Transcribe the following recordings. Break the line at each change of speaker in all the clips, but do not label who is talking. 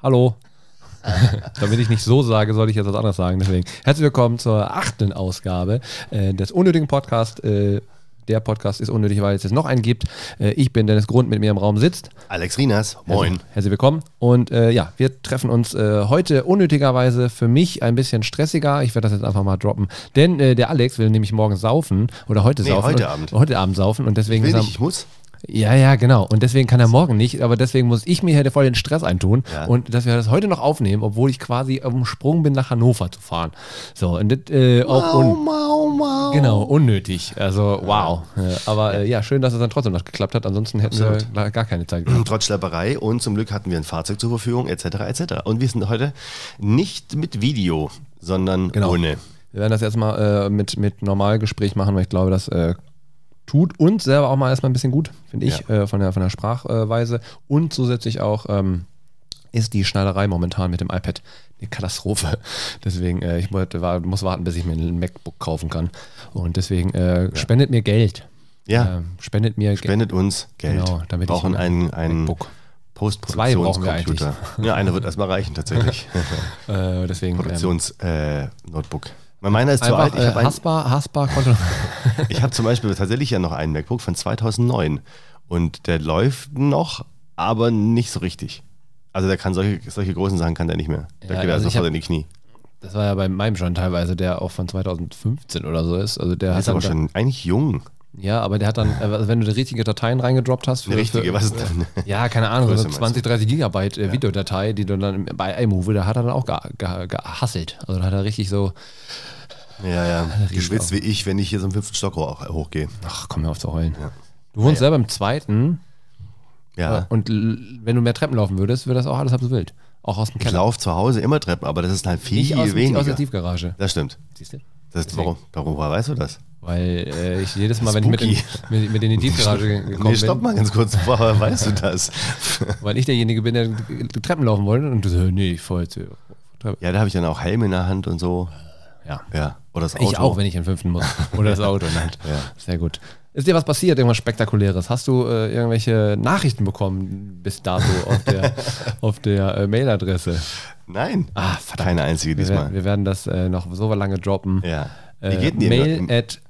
Hallo. Damit ich nicht so sage, sollte ich jetzt was anderes sagen. Deswegen herzlich willkommen zur achten Ausgabe äh, des unnötigen Podcasts. Äh, der Podcast ist unnötig, weil es jetzt noch einen gibt. Äh, ich bin Dennis Grund, mit mir im Raum sitzt.
Alex Rinas, moin.
Herzlich, herzlich willkommen. Und äh, ja, wir treffen uns äh, heute unnötigerweise für mich ein bisschen stressiger. Ich werde das jetzt einfach mal droppen. Denn äh, der Alex will nämlich morgen saufen oder heute
Nee,
saufen.
heute
und,
Abend.
Heute Abend saufen und deswegen
Will
ist er-
ich, ich muss.
ja, ja, genau. Und deswegen kann er morgen nicht, aber deswegen muss ich mir hier voll den Stress eintun
Ja.
und dass wir das heute noch aufnehmen, obwohl ich quasi auf dem Sprung bin, nach Hannover zu fahren. So, und das äh, auch un
mau, mau.
genau, unnötig. Also, wow. Äh, aber äh, ja, schön, dass es dann trotzdem noch geklappt hat. Ansonsten hätten
Absolut.
wir gar keine Zeit gehabt.
Trotz Schlepperei und zum Glück hatten wir ein Fahrzeug zur Verfügung, etc. etc. Und wir sind heute nicht mit Video, sondern
Genau.
ohne.
Wir werden das jetzt mal äh, mit, mit Normalgespräch machen, weil ich glaube, das äh, tut uns selber auch mal erstmal ein bisschen gut, finde ich, äh, von der, von der Sprachweise. Und zusätzlich auch ähm, ist die Schneiderei momentan mit dem iPad eine Katastrophe. Deswegen, äh, ich wollte, war, muss warten, bis ich mir ein MacBook kaufen kann. Und deswegen äh, spendet mir Geld.
Ja,
Ähm, spendet mir Geld.
spendet uns Geld.
Genau, damit ich
brauchen
mir
einen, einen
MacBook. Zwei brauchen wir
Postproduktionscomputer. Ja, einer wird erstmal reichen, tatsächlich. äh,
Äh, deswegen. Ähm,
Produktions-Notebook. meiner ist zu
Einfach,
alt. Ich
äh,
habe ein,
Haspa, Haspa konnte.
Ich habe zum Beispiel tatsächlich ja noch einen MacBook von 2009 und der läuft noch, aber nicht so richtig. Also der kann solche, solche großen Sachen kann der nicht mehr. Da
Ja,
geht er
also ich
sofort
hab-
in die Knie.
Das war ja bei meinem schon teilweise, der auch von 2015 oder so ist. Also der
Der
hat
ist
dann
aber
da-
schon eigentlich jung.
Ja, aber der hat dann, äh, also wenn du die richtige Dateien reingedroppt hast, für,
Eine richtige,
für,
was ist denn?
ja, keine Ahnung,
Größe
so
meinst
20, 30 Gigabyte äh, Videodatei, die du dann im- bei iMovie, da hat er dann auch ge- ge- gehasselt. Also da hat er richtig so,
Ja, ja.
riecht
Geschwitzt wie ich, wenn ich hier so im fünften Stock hoch, hochgehe.
ach, komm mir auf zu heulen. Du wohnst selber im zweiten äh,
Ja.
und l- wenn du mehr Treppen laufen würdest, wäre das auch alles halb so wild. Auch aus dem
ich
Keller.
laufe zu Hause immer Treppen, aber das ist halt viel
genau. Nicht aus, dem-
weniger.
aus der Tiefgarage.
das stimmt.
Siehst du?
Das ist, warum, warum, woher weißt du das?
Weil äh, ich jedes Mal, wenn ich mit in,
Spooky.
mit, mit in die Tiefgarage ge- gekommen
Nee, stopp
bin,
mal ganz kurz. Woher weißt du das?
weil ich derjenige bin, der die Treppen laufen wollte und du so, nee, ich fahr jetzt hier. Treppe.
Ja, da habe ich dann auch Helm in der Hand und so.
Ja.
Ja. Oder das Auto.
Ich auch, wenn ich in fünften muss. Oder das Auto. Nein.
Ja.
Sehr gut. Ist dir was passiert, irgendwas Spektakuläres? Hast du äh, irgendwelche Nachrichten bekommen bis dato auf der, auf der äh, Mailadresse?
Nein.
Ah, verdammt.
Keine einzige
Wir,
diesmal.
werden- wir werden das äh, noch so lange droppen.
Ja. Wie
Äh,
geht denn ihr?
Mail at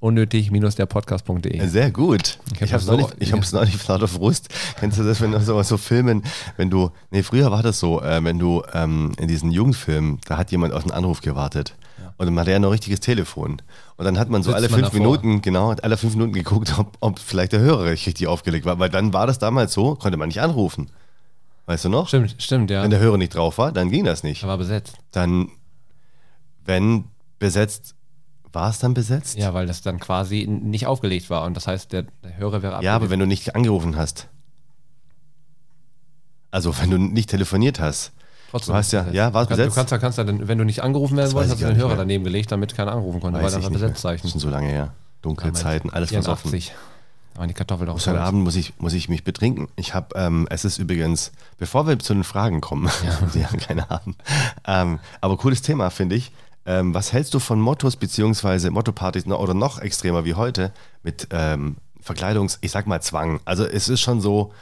unnötig-der-podcast.de.
sehr gut.
Ich
Ich,
hab
hab's
so-
neulich, ich hab's neulich laut auf Brust. Kennst du das, wenn du so, so Filmen, wenn du, nee, früher war das so, äh, wenn du ähm, in diesen Jugendfilmen, da hat jemand auf einen Anruf gewartet. Und dann hatte er noch ein richtiges Telefon. Und dann hat man so
Sitzt
alle
man
fünf
davor.
Minuten, genau, hat alle fünf Minuten geguckt, ob, ob vielleicht der Hörer richtig aufgelegt war. Weil dann war das damals so, konnte man nicht anrufen. Weißt du noch?
Stimmt, stimmt, ja.
Wenn der Hörer nicht drauf war, dann ging das nicht.
Er war besetzt.
Dann, wenn besetzt, war es dann besetzt?
Ja, weil das dann quasi n- nicht aufgelegt war. Und das heißt, der, der Hörer wäre
Ja, aber
abgelegt.
wenn du nicht angerufen hast. Also, wenn du nicht telefoniert hast.
Trotzdem
du hast ja-
besetzt.
ja, war es
du kannst, du
besetzt?
kannst, da- kannst da dann, wenn du nicht angerufen werden
Das
wolltest,
weiß
hast
ich
du
gar
den
nicht
Hörer
mehr.
daneben gelegt, damit keiner anrufen konnte,
Weiß
weil das
ich
war
nicht mehr.
Besetzzeichen.
Schon so lange her. Dunkle Zeiten, alles versoffen.
84. Da waren die Kartoffeln auch
Bis heute Abend muss ich, muss ich mich betrinken. Ich habe, ähm, es ist übrigens, bevor wir zu den Fragen kommen, die haben keine Ahnung. Ähm, aber cooles Thema, finde ich. Ähm, was hältst du von Mottos beziehungsweise Motto-Partys no- oder noch extremer wie heute mit ähm, Verkleidungs-, ich sag mal Zwang? Also, es ist schon so,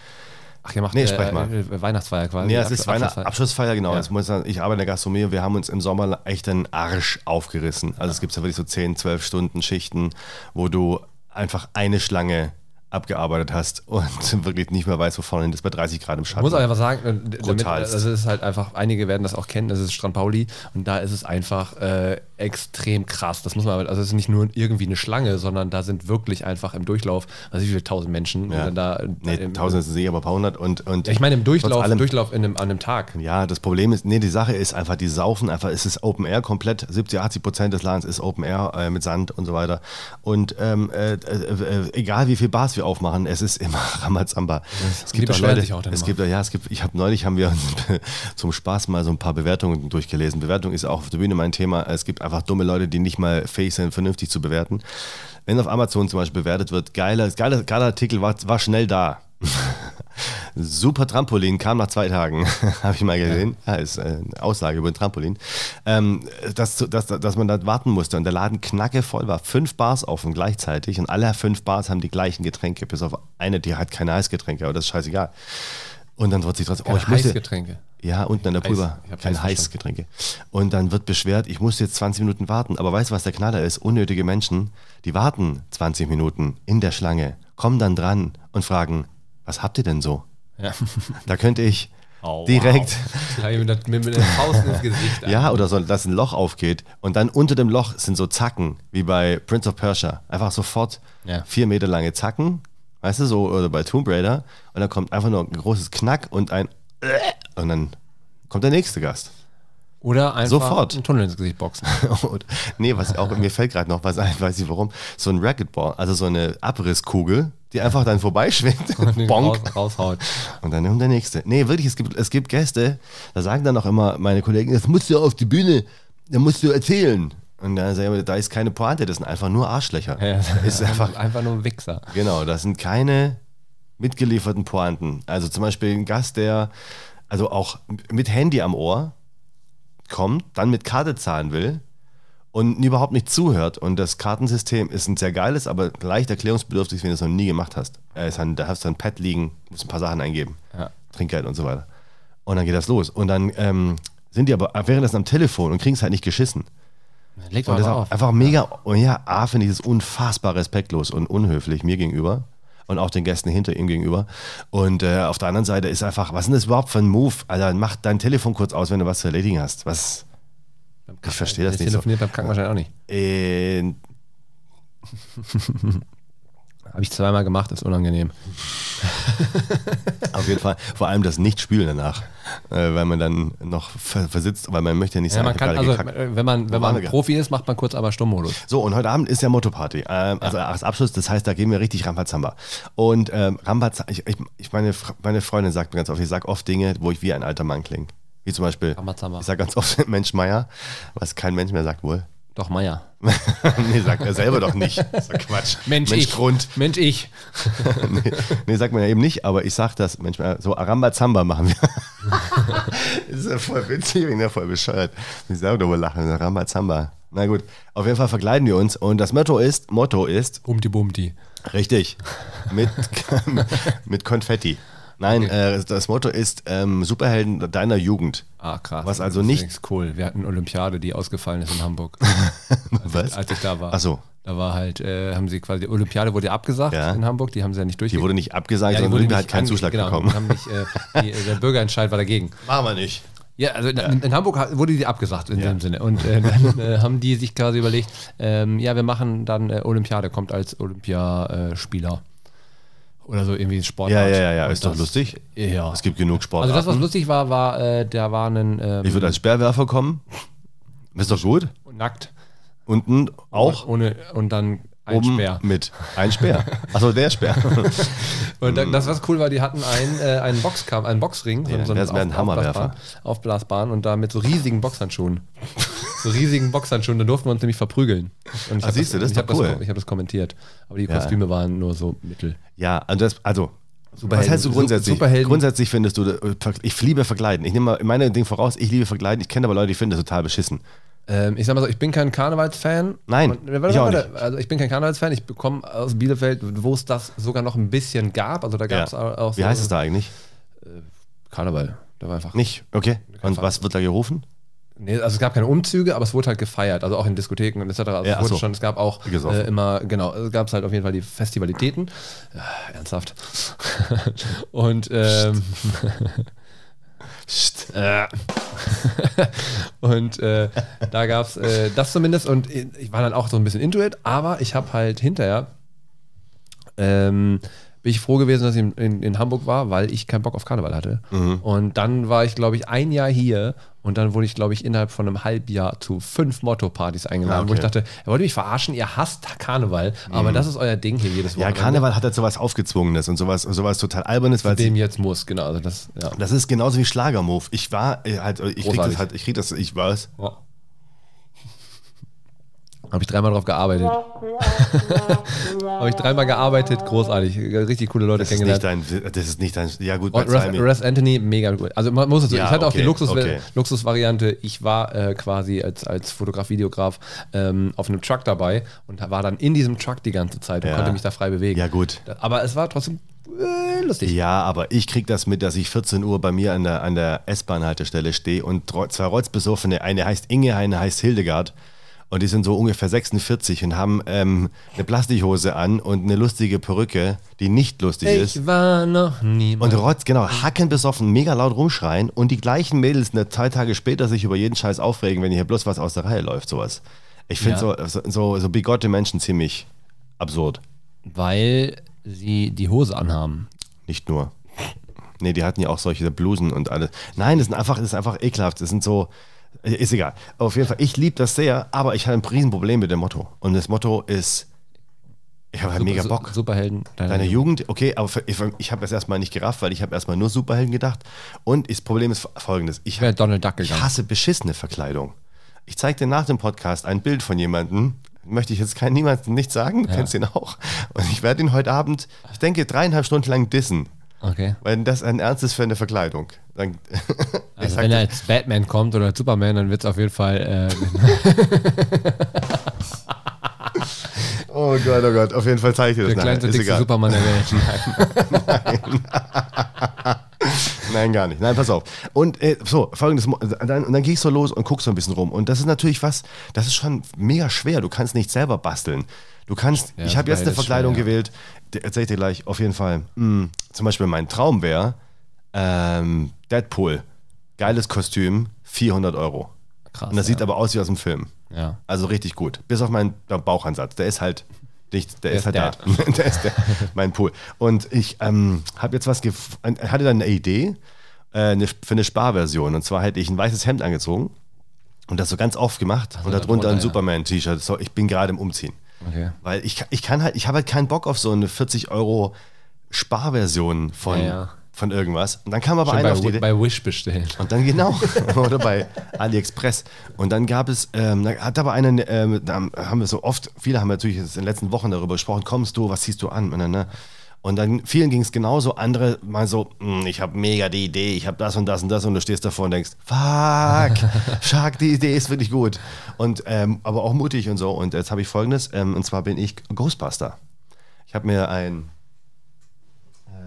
Ach, ihr macht
Nee,
äh,
sprech mal.
äh, Weihnachtsfeier quasi.
Ja, es ist Weihnachten.
Weihnachtsfeier.
Abschlussfeier, genau.
Ja.
Das muss man- ich arbeite in der Gastronomie und wir haben uns im Sommer echt einen Arsch aufgerissen. Also es gibt ja wirklich so 10, 12 Stunden Schichten, wo du einfach eine Schlange abgearbeitet hast und wirklich nicht mehr weißt, wo vorne das bei 30 Grad im
Ich
Schatten.
muss auch einfach sagen, äh, damit,
Brutalst.
also es ist halt einfach, einige werden das auch kennen, das ist Strand Pauli und da ist es einfach äh, extrem krass. Das muss man, aber- also es ist nicht nur irgendwie eine Schlange, sondern da sind wirklich einfach im Durchlauf, also wie viele tausend Menschen.
ja.
Und dann da, äh,
nee,
im,
1000 ist es nicht, aber ein paar hundert und, und
ich meine im
trotz
Durchlauf,
allem-
Durchlauf in einem, an einem Tag.
Ja, das Problem ist, nee, die Sache ist einfach, die saufen einfach, es ist Open Air komplett, 70, 80 Prozent des Ladens ist Open Air äh, mit Sand und so weiter. Und ähm, äh, äh, äh, egal wie viel Bars wir aufmachen, es ist immer Ramazamba. Es
die
gibt auch
beschweren
Leute,
sich auch dann
es
immer.
gibt ja, es gibt, ich habe neulich haben wir uns zum Spaß mal so ein paar Bewertungen durchgelesen. Bewertung ist auch auf der Bühne mein Thema. Es gibt einfach dumme Leute, die nicht mal fähig sind, vernünftig zu bewerten. Wenn auf Amazon zum Beispiel bewertet wird, geiler, geiler, geiler Artikel war, war schnell da. Super Trampolin kam nach zwei Tagen, habe ich mal gesehen. Ja, ist äh, eine Aussage über ein Trampolin. Ähm, dass, zu- dass, dass man da warten musste und der Laden knacke voll war. Fünf Bars offen gleichzeitig und alle fünf Bars haben die gleichen Getränke, bis auf eine, die hat kein Eisgetränke, aber das ist scheißegal. Und dann wird sich trotzdem, oh,
Keine
ich musste,
Heißgetränke.
ja, unten an der
Heiß.
Pulver.
Ich hab
Kein
heiß
Heißgetränke. Und dann wird beschwert, ich muss jetzt 20 Minuten warten. Aber weißt du, was der Knaller ist? Unnötige Menschen, die warten 20 Minuten in der Schlange, kommen dann dran und fragen, was habt ihr denn so?
Ja.
Da könnte ich
Oh, wow.
direkt,
Schlag ihm mit, mit, mit der Faust ins Gesicht. Alter.
ja, oder so, dass ein Loch aufgeht und dann unter dem Loch sind so Zacken, wie bei Prince of Persia. Einfach sofort
Ja.
vier Meter lange Zacken, weißt du, so, oder bei Tomb Raider. Und dann kommt einfach nur ein großes Knack und ein und dann kommt der nächste Gast.
Oder einfach
Sofort.
einen Tunnel ins Gesicht boxen.
Und, nee, was auch, mir fällt gerade noch was ein, weiß nicht warum. So ein Racquetball, also so eine Abrisskugel, die einfach dann vorbeischwingt.
Den
Bonk.
Raus, raushaut.
Und dann nimmt der nächste. Nee, wirklich, es gibt, es gibt Gäste, da sagen dann auch immer meine Kollegen, das musst du auf die Bühne, da musst du erzählen. Und dann sage ich, aber da ist keine Pointe, das sind einfach nur Arschlöcher.
Ja,
Ist einfach,
einfach nur ein Wichser.
genau, das sind keine mitgelieferten Pointen. Also zum Beispiel ein Gast, der also auch mit Handy am Ohr kommt, dann mit Karte zahlen will und überhaupt nicht zuhört. Und das Kartensystem ist ein sehr geiles, aber leicht erklärungsbedürftig, wenn du es noch nie gemacht hast. Äh, ist ein, da hast du ein Pad liegen, musst ein paar Sachen eingeben.
Ja.
Trinkgeld und so weiter. Und dann geht das los. Und dann ähm, sind die aber währenddessen am Telefon und kriegen es halt nicht geschissen.
Legt
Und das
doch
ist
auf.
auch einfach mega. Und ja, A, finde ich es unfassbar respektlos und unhöflich mir gegenüber und auch den Gästen hinter ihm gegenüber. Und äh, auf der anderen Seite ist einfach, was ist denn das überhaupt für ein Move? Alter, mach dein Telefon kurz aus, wenn du was zu erledigen hast. Was? Ich verstehe das
Der
nicht so.
telefoniert beim Kacken wahrscheinlich auch nicht.
Äh,
Habe ich zweimal gemacht, ist unangenehm.
auf jeden Fall. Vor allem das Nicht-Spülen danach. Äh, weil man dann noch ver versitzt, weil man möchte ja nicht
Ja,
sagen,
man
ich hab
kann,
gerade
also,
gekackt.
äh, wenn man, wenn
waren
man
wir gerade?
Profi ist, macht man kurz aber Stummmodus.
So, und heute Abend ist ja Motto-Party. Ähm, also als Abschluss, das heißt, da gehen wir richtig Rambazamba. Und ähm, Rambazamba, ich, ich, ich meine, Fr- meine Freundin sagt mir ganz oft, ich sage oft Dinge, wo ich wie ein alter Mann klinge. Wie zum Beispiel,
Rambazamba.
ich sage ganz oft Mensch Meier, was kein Mensch mehr sagt wohl.
Doch, Meier.
nee, sagt er selber doch nicht. Das ist doch Quatsch. Mensch Grund.
Mensch, ich.
nee, nee, sagt man ja eben nicht, aber ich sag das, Mensch Meier, so Rambazamba machen wir. das ist ja voll witzig, ich bin ja voll bescheuert. Ich selber darüber lachen, Rambazamba. Na gut, auf jeden Fall verkleiden wir uns und das Motto ist, Motto ist,
Bumti bumti.
Richtig. Mit, mit Konfetti. Nein, äh, das Motto ist ähm, Superhelden deiner Jugend.
Ah, krass.
Was also
Das ist
nicht-
übrigens cool. Wir hatten eine Olympiade, die ausgefallen ist in Hamburg.
Was?
Als ich da war.
Ach so.
Da war halt, äh, haben sie quasi, die Olympiade wurde ja abgesagt
Ja.
in Hamburg, die haben sie ja nicht
Die
durchgeführt.
wurde nicht abgesagt,
ja, die
sondern
wurde
wurde halt
nicht
keinen
ange-
Zuschlag
genau,
bekommen.
Haben nicht, äh, die, äh, der Bürgerentscheid war dagegen.
Machen wir nicht.
Ja, also in- in Hamburg ha- wurde die abgesagt in dem Sinne. Und äh, dann äh, haben die sich quasi überlegt, ähm, ja, wir machen dann äh, Olympiade, kommt als Olympiaspieler. äh, Oder so irgendwie Sport.
Ja, ja, ja, ja.
Und
Ist doch
das-
lustig.
Ja.
Es gibt genug Sport.
Also das, was lustig war, war, äh, da war ein
ich
ähm,
würde als Sperrwerfer kommen. Ist doch gut.
nackt.
Unten auch.
Ohne, und dann ein
Oben
Speer.
Um mit. Ein Speer. Achso, der Speer.
Und dann, das, was cool war, die hatten einen, äh, einen Boxkampf, einen Boxring.
Mhm. Ja, das wäre ein Hammerwerfer.
Aufblasbaren, aufblasbaren und da mit so riesigen Boxhandschuhen. so riesigen Boxhandschuhen, da durften wir uns nämlich verprügeln. Und ich hab
siehst du, das ist
ich hab
doch cool.
ko- ich habe das kommentiert. Aber die Kostüme waren nur so mittel.
Ja, also, das, also was
Superhelden.
heißt du grundsätzlich?
Superhelden.
Grundsätzlich findest du, äh, ich liebe Verkleiden. Ich nehme mal meine Ding voraus, ich liebe Verkleiden. Ich kenne aber Leute, die finden das total beschissen.
Ähm, ich sag mal so, ich bin kein Karnevalsfan.
Nein,
Und, warte,
ich auch
warte, Also ich bin kein Karnevalsfan. Ich bekomme aus Bielefeld, wo es das sogar noch ein bisschen gab. Also da
Ja.
gab es auch so
Wie heißt es da eigentlich?
Karneval. Da war einfach.
Nicht, okay. Und was wird da gerufen?
Nee, also es gab keine Umzüge, aber es wurde halt gefeiert, also auch in Diskotheken und etc. Also
Ja,
es
ach
wurde
so.
schon, es gab auch
Gesoffen.
äh, immer, genau, es gab halt auf jeden Fall die Festivalitäten. Äh, ernsthaft. und ähm, äh, und äh, da gab es äh, das zumindest und ich war dann auch so ein bisschen into it, aber ich habe halt hinterher ähm, bin ich froh gewesen, dass ich in, in, in Hamburg war, weil ich keinen Bock auf Karneval hatte.
Mhm.
Und dann war ich, glaube ich, ein Jahr hier und dann wurde ich, glaube ich, innerhalb von einem Halbjahr zu fünf Motto-Partys eingeladen,
Ah, okay. Mhm.
wo ich dachte, er wollte mich verarschen, ihr hasst Karneval, aber das ist euer Ding hier jedes
Ja,
Wochenende.
Karneval hat halt sowas Aufgezwungenes und sowas, sowas total Albernes, weil
Dem jetzt muss, genau. Also das, ja.
das ist genauso wie Schlagermove. Ich war äh, halt, ich krieg das
Großartig.
halt, ich krieg das, ich weiß.
ja. Habe ich dreimal drauf gearbeitet. Habe ich dreimal gearbeitet, großartig. Richtig coole Leute
Das ist
kennengelernt.
nicht dein, das ist nicht dein, ja gut, bei
Und Russ,
zwei mir.
Russ Anthony, mega gut. Also man muss dazu,
Ja,
ich hatte auch die
okay,
Luxus
okay.
Luxusvariante. Ich war äh, quasi als, als Fotograf, Videograf ähm, auf einem Truck dabei und war dann in diesem Truck die ganze Zeit und
Ja.
konnte mich da frei bewegen.
Ja, gut.
Da- Aber es war trotzdem äh, lustig.
Ja, aber ich krieg das mit, dass ich 14 Uhr bei mir an der, an der S-Bahn-Haltestelle stehe und tro- zwei Rotzbesoffene, eine heißt Inge, eine heißt Hildegard. Und die sind so ungefähr 46 und haben ähm, eine Plastikhose an und eine lustige Perücke, die nicht lustig ist.
Ich war noch
Und
niemand.
Rotz, genau, hacken besoffen, mega laut rumschreien und die gleichen Mädels ne, zwei Tage später sich über jeden Scheiß aufregen, wenn hier bloß was aus der Reihe läuft, sowas. Ich finde
Ja.
so, so, so bigotte Menschen ziemlich absurd.
Weil sie die Hose anhaben.
Nicht nur. Nee, die hatten ja auch solche Blusen und alles. Nein, das sind einfach, das ist einfach ekelhaft. Das sind so. Ist egal. Auf jeden Fall, ich liebe das sehr, aber ich hatte ein Riesenproblem mit dem Motto. Und das Motto ist. Ich habe halt mega
Su-
Bock.
Superhelden. Deine,
Deine Jugend, okay, aber für, ich, ich habe es erstmal nicht gerafft, weil ich habe erstmal nur Superhelden gedacht. Und das Problem ist folgendes: Ich,
Ich wäre Donald Duck
ich
gegangen.
hasse beschissene Verkleidung. Ich zeige dir nach dem Podcast ein Bild von jemandem. Möchte ich jetzt kein, niemandem nicht sagen, du kennst ihn auch. Und ich werde ihn heute Abend, ich denke, dreieinhalb Stunden lang dissen.
Okay.
Wenn das ein Ernst ist für eine Verkleidung. Dann, ich
Also
sag
wenn
dir-
er als Batman kommt oder als Superman, dann wird es auf jeden Fall. Äh,
oh Gott, oh Gott, auf jeden Fall zeige ich dir das
Der kleinste,
nachher. Ist
dickste
egal.
Superman der Welt.
Nein, gar nicht. Nein, pass auf. Und äh, so, folgendes, Mo- dann, und dann gehe ich so los und guck so ein bisschen rum. Und das ist natürlich was, das ist schon mega schwer. Du kannst nicht selber basteln. Du kannst, ich habe jetzt eine
beides
Verkleidung
schwer,
gewählt, D- erzähl ich dir gleich, auf jeden Fall. Hm, zum Beispiel mein Traum wäre, ähm, Deadpool, geiles Kostüm, 400 Euro.
Krass.
Und das sieht aber aus wie aus dem Film.
ja.
Also richtig gut. Bis auf meinen Bauchansatz. Der ist halt nicht, der,
ist
ist halt da. der ist der, mein Pool. Und ich ähm, habe jetzt was, gef- hatte dann eine Idee äh, eine, für eine Sparversion. Und zwar hätte ich ein weißes Hemd angezogen und das so ganz oft gemacht und darunter
darunter,
ein
ja.
Superman-T-Shirt. So, ich bin gerade im Umziehen.
Okay.
Weil ich, ich kann halt, ich habe halt keinen Bock auf so eine 40 Euro Sparversion von,
Ja, ja.
von irgendwas. Und dann kam aber
Schon
einer
bei,
auf die
Wi-
Idee.
bei Wish bestellen.
Und dann genau, oder bei AliExpress. Und dann gab es, ähm, da hat aber einen, ähm, da haben wir so oft, viele haben natürlich jetzt in den letzten Wochen darüber gesprochen, kommst du, was ziehst du an? Und dann, ne? Und dann vielen ging es genauso, andere mal so, "Mh, ich habe mega die Idee, ich habe das und das und das und du stehst davor und denkst, fuck, fuck, die Idee ist wirklich gut. Und ähm, aber auch mutig und so. Und jetzt habe ich folgendes, ähm, und zwar bin ich Ghostbuster. Ich habe mir ein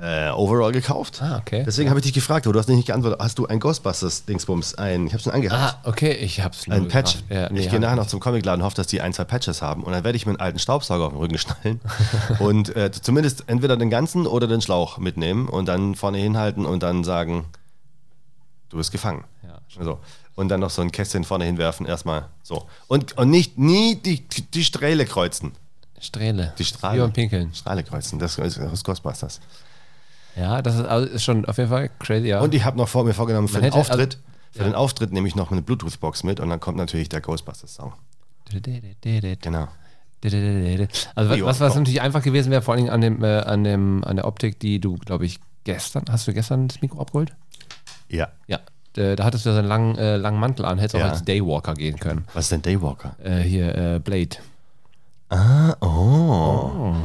äh, Overall gekauft.
Ah, okay.
Deswegen habe ich dich gefragt, aber du hast nicht geantwortet. Hast du ein Ghostbusters-Dingsbums? Ein, ich habe schon angehabt.
Ah, okay, ich hab's nur
ein Patch. genau.
gerafft. Ja, nee,
ich gehe
hab-
nachher noch zum Comicladen, hoffe, dass die ein, zwei Patches haben. Und dann werde ich mir einen alten Staubsauger auf den Rücken schnallen. und äh, zumindest entweder den ganzen oder den Schlauch mitnehmen und dann vorne hinhalten und dann sagen, du bist gefangen.
Ja.
So. Und dann noch so ein Kästchen vorne hinwerfen, erstmal so. Und, und nicht, nie die, die Strähle kreuzen.
Strähle.
Die Strahle.
Wie beim Pinkeln.
Strahle kreuzen, das ist aus Ghostbusters.
Ja, das ist, also ist schon auf jeden Fall crazy, ja.
Und ich habe noch vor, mir vorgenommen, für
Man
den
hätte-
Auftritt, für den Auftritt nehme ich noch eine Bluetooth-Box mit und dann kommt natürlich der Ghostbusters-Song. Genau.
Also was,
Ja,
was, was
komm.
natürlich einfach gewesen wäre, vor allen Dingen an, dem, äh, an, dem, an der Optik, die du, glaube ich, gestern, hast du gestern das Mikro abgeholt?
Ja.
Ja. Da, da hattest du ja so einen langen, äh, langen Mantel an, hättest
Ja.
auch als Daywalker gehen können.
Was ist denn Daywalker?
Äh, hier, äh, Blade.
Oh.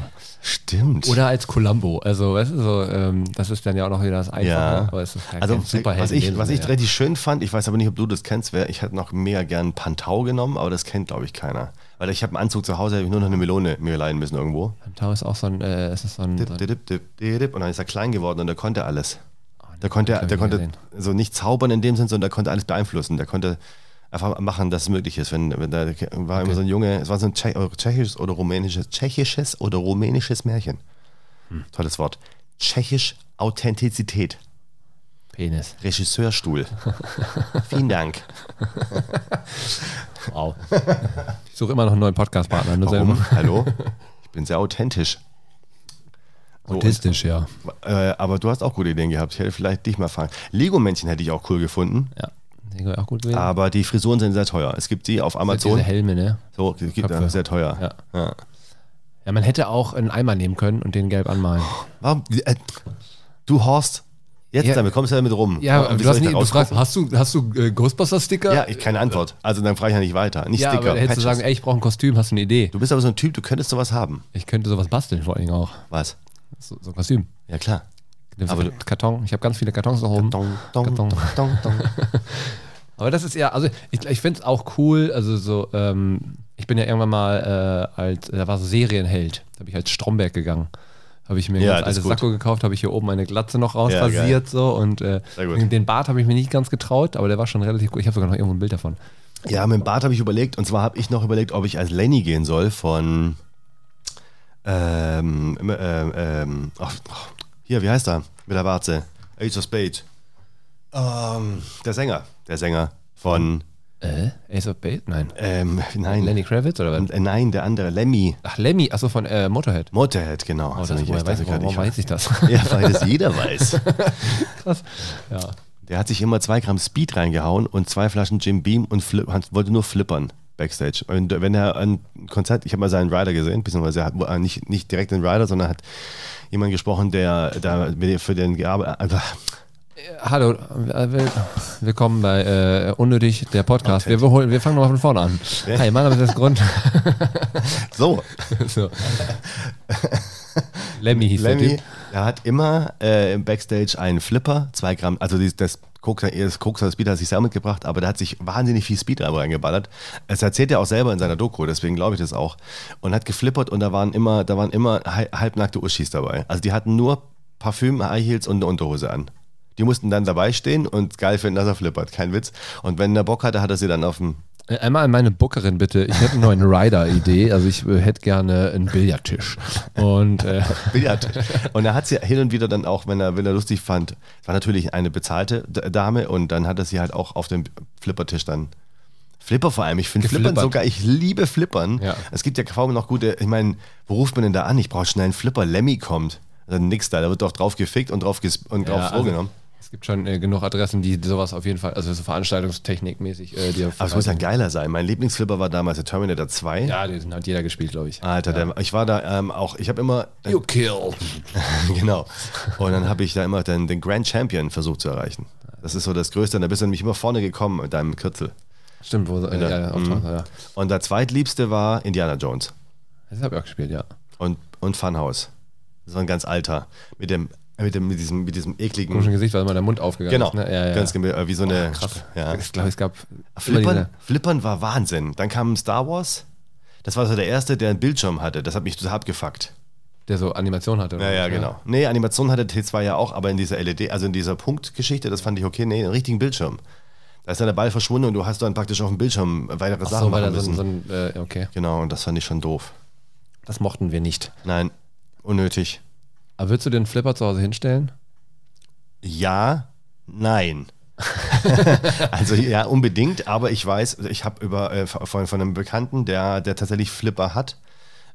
Stimmt.
Oder als Columbo. Also, weißt du, so, ähm, das ist dann ja auch noch wieder das Einfache.
ja.
Aber es ist ja
also
kein Superheld
was
in
ich,
dem
was
Sinne,
ich richtig schön fand, ich weiß aber nicht, ob du das kennst, wäre, ich hätte noch mega gern Pantau genommen, aber das kennt, glaube ich, keiner. Weil ich habe einen Anzug zu Hause, hätte ich nur noch eine Melone mir leihen müssen irgendwo.
ja. Tau ist auch so ein, äh, es ist so ein, so
Dip,
ein
dip, dip, dip, dip. Und dann ist er klein geworden und er konnte alles.
Ah, nee,
Der konnte,
das hab
der
ich
konnte
gesehen.
so nicht zaubern in dem Sinn, sondern der konnte alles beeinflussen. Der konnte einfach machen, dass es möglich ist. Wenn, wenn da war immer so ein Junge, es war so ein Tsche tschechisches oder rumänisches, tschechisches oder rumänisches Märchen.
Hm.
Tolles Wort. Tschechisch Authentizität.
Penis.
Regisseurstuhl. Vielen Dank.
Wow. ich suche immer noch einen neuen Podcast-Partner. Nur selber.
Warum? Hallo? Ich bin sehr authentisch. So,
Autistisch, ja.
und, äh, aber du hast auch gute Ideen gehabt. Ich hätte vielleicht dich mal fragen. Lego-Männchen hätte ich auch cool gefunden,
Ja. Lego wäre auch gut gewesen.
aber die Frisuren sind sehr teuer. Es gibt die auf
Diese
Amazon.
Helme, ne?
So, die gibt
Köpfe.
sehr teuer.
Ja. Ja, man hätte auch einen Eimer nehmen können und den gelb anmalen.
Warum? Äh, du Horst, jetzt
Ja.
damit kommst du damit rum.
Ja,
Warum- wie
du
soll
hast
ich
nie
da
gefragt, hast du, hast du äh, Ghostbusters-Sticker?
Ja, ich, keine Antwort. Also dann frage ich ja nicht weiter. Nicht
ja aber
Sticker,
hättest du
Patches.
sagen, ey, ich brauche ein Kostüm, hast du eine Idee?
du bist aber so ein Typ, du könntest sowas haben.
Ich könnte sowas basteln, vor allen Dingen auch.
Was?
So, so ein Kostüm.
Ja, klar.
Nimmst
Aber
du
du-
Karton, ich habe ganz viele Kartons noch oben.
Dong, dong, dong,
Karton.
dong, dong.
Aber das ist ja, also ich, ich finde es auch cool, also so, ähm, ich bin ja irgendwann mal äh, als, da war so Serienheld, da bin ich als Stromberg gegangen. Habe ich mir ein
Ja,
ganz
das ist
altes
gut.
Sakko gekauft, habe ich hier oben meine Glatze noch
Ja,
rausrasiert
geil.
so und äh,
Sehr gut.
den Bart habe ich mir nicht ganz getraut, aber der war schon relativ gut. Ich habe sogar noch irgendwo ein Bild davon.
Ja, mit dem Bart habe ich überlegt und zwar habe ich noch überlegt, ob ich als Lenny gehen soll von ähm, ähm, ähm, ach, ach, hier, wie heißt er? Mit der Warze. Ace of Spade. Ähm, der Sänger. Der Sänger von
Äh? Ace of Base? Nein.
ähm, nein,
Lenny Kravitz oder was?
äh, nein, der andere, Lemmy.
Ach, Lemmy, achso, von äh, Motorhead.
Motorhead, genau. Oh,
das- woher weiß- warum weiß ich das?
Ja, weil das jeder weiß.
Krass. Ja.
Der hat sich immer zwei Gramm Speed reingehauen und zwei Flaschen Jim Beam und fli- hat- wollte nur flippern backstage. Und wenn er ein Konzert, ich habe mal seinen Rider gesehen, beziehungsweise er hat äh, nicht, nicht direkt den Rider, sondern hat jemand gesprochen, der, der für den gearbeitet also,
Hallo, äh, will, willkommen bei äh, Unnötig, der Podcast. Wir, holen, wir fangen nochmal von vorne an. Hi, mein Name ist das Grund.
So,
so. Lemmy hieß der
Lemmy,
Typ.
er hat immer äh, im Backstage einen Flipper, zwei Gramm, also dieses- das Koks, das Koks oder Speed hat sich selber mitgebracht, aber der hat sich wahnsinnig viel Speed reingeballert. Es erzählt er auch selber in seiner Doku, deswegen glaube ich das auch. Und hat geflippert und da waren immer, da waren immer hal- halbnackte Uschis dabei. Also die hatten nur Parfüm, High Heels und eine Unterhose an. Die mussten dann dabei stehen und geil finden, dass er flippert, kein Witz. Und wenn er Bock hatte, hat er sie dann auf dem
Äh, Einmal an meine Bookerin bitte. Ich hätte eine neue Rider-Idee. Also ich äh, hätte gerne einen Billardtisch. Und äh,
Billard. Und er hat sie hin und wieder dann auch, wenn er, wenn er lustig fand, es war natürlich eine bezahlte D- Dame und dann hat er sie halt auch auf dem Flippertisch dann. Flipper vor allem, ich finde Flippern
Geflippert.
sogar, ich liebe Flippern.
Ja.
Es gibt ja kaum noch gute, ich meine, wo ruft man denn da an? Ich brauche schnell einen Flipper, Lemmy kommt. Also nix da, da wird doch drauf gefickt und drauf, ges und drauf
also,
so genommen.
es gibt schon äh, genug Adressen, die sowas auf jeden Fall, also so veranstaltungstechnikmäßig, äh, die
Aber es muss ja geiler sein. Mein Lieblingsflipper war damals der Terminator 2.
Ja, Ah, den hat jeder gespielt, glaube ich.
Alter, der, ich war da ähm, auch, ich habe immer,
You killed.
genau. Und dann habe ich da immer den, den Grand Champion versucht zu erreichen. Das ist so das Größte. Und da bist du nämlich immer vorne gekommen mit deinem Kürzel.
Stimmt, wo äh, ja, ja, auf Tag, ja.
Und der zweitliebste war Indiana Jones
Das habe ich auch gespielt, ja.
und, und Funhouse. So ein ganz alter. Mit dem, mit dem, mit diesem, mit diesem
Komisches
ekligen.
Gesicht, weil immer der Mund aufgegangen
Genau,
ist. Ne? Ja, ja,
ganz
ja.
genau, äh, wie so eine.
Krass.
Ja.
Ich glaube, es gab.
Flippern, Flippern war Wahnsinn. Dann kam Star Wars. Das war so der erste, der einen Bildschirm hatte. Das hat mich total abgefuckt.
Der so Animation hatte. oder
Ja, ja,
was,
genau. Nee, Animation hatte T2 ja auch, aber in dieser LED, also in dieser Punktgeschichte, das fand ich okay, nee, einen richtigen Bildschirm. Da ist dann der Ball verschwunden und du hast dann praktisch auf dem Bildschirm weitere
Ach
Sachen
so, weil
machen
da so,
müssen.
ein- so ein. Äh, okay.
genau, und das fand ich schon doof.
Das mochten wir nicht.
Nein, unnötig.
Aber würdest du den Flipper zu Hause hinstellen?
Ja, nein. also ja, unbedingt, aber ich weiß, ich habe über äh, von, von einem Bekannten, der, der tatsächlich Flipper hat,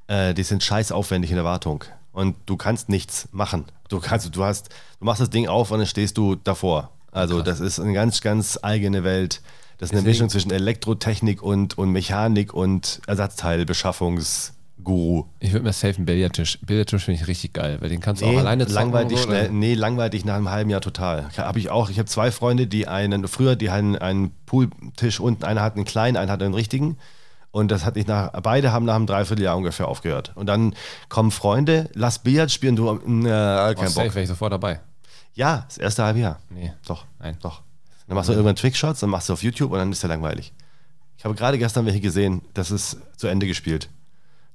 äh, die sind scheiß aufwendig in der Wartung. Und du kannst nichts machen. Du kannst, du hast, du machst das Ding auf und dann stehst du davor. Also das ist eine ganz, ganz eigene Welt. Das ist eine Mischung zwischen Elektrotechnik und, und Mechanik und Ersatzteilbeschaffungsguru.
Ich würde mir safe einen Billardtisch. Billardtisch finde ich richtig geil, weil den kannst du
Nee,
auch alleine zocken
langweilig
und so,
schnell.
oder?
Nee, langweilig nach einem halben Jahr total. Habe ich auch. Ich habe zwei Freunde, die einen, früher, die einen, einen Pooltisch unten, einer hat einen kleinen, einer hat einen richtigen. Und das hat ich nach, beide haben nach einem Dreivierteljahr ungefähr aufgehört. Und dann kommen Freunde, lass Billard spielen, du, äh,
Boah,
kein
Oh, safe
Bock.
wäre ich sofort dabei.
Ja, das erste Halbjahr.
Nee.
Doch,
Nein.
doch. Dann machst du irgendwann Trickshots, dann machst du auf YouTube und dann ist der langweilig. Ich habe gerade gestern welche gesehen, das ist zu Ende gespielt.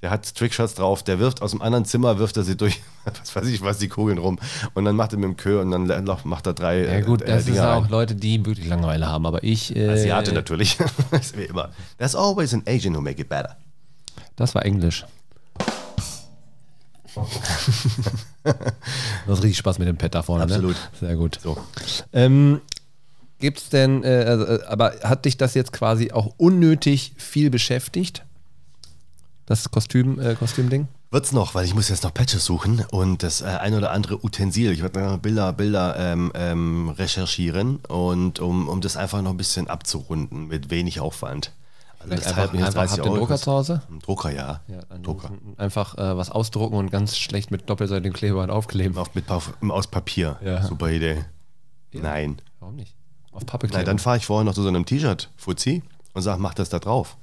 Der hat Trickshots drauf, der wirft aus dem anderen Zimmer, wirft er sie durch, was weiß ich, was die Kugeln rum. Und dann macht er mit dem Kö und dann la- macht er drei.
Ja, gut,
äh,
das
Dinger
sind auch
rein.
Leute, die wirklich Langeweile haben, aber ich. Äh,
Asiate ne? natürlich. ist wie immer. There's always an Asian who make it better.
Das war Englisch. das hat richtig Spaß mit dem Pad da vorne.
Absolut.
Ne? Sehr gut.
So.
Ähm, gibt's denn, äh, also, äh, aber hat dich das jetzt quasi auch unnötig viel beschäftigt? Das Kostüm, äh, Kostümding?
Wird's noch, weil ich muss jetzt noch Patches suchen und das äh, ein oder andere Utensil. Ich werde noch Bilder, Bilder ähm, ähm, recherchieren und um, um das einfach noch ein bisschen abzurunden mit wenig Aufwand. Also
Vielleicht
das
einfach,
hat mich jetzt
einfach habt ihr einen Drucker
gekostet.
zu Hause?
Ein Drucker, ja. Ein Drucker.
Einfach äh, was ausdrucken und ganz schlecht mit doppelseitigem Klebeband aufkleben.
Auf, mit, auf, aus Papier.
Ja.
Super Idee. Nein.
Warum nicht? Auf Pappe
Nein,
kleben.
dann fahre ich vorher noch zu so einem T-Shirt, Fuzzi, und sag, mach das da drauf.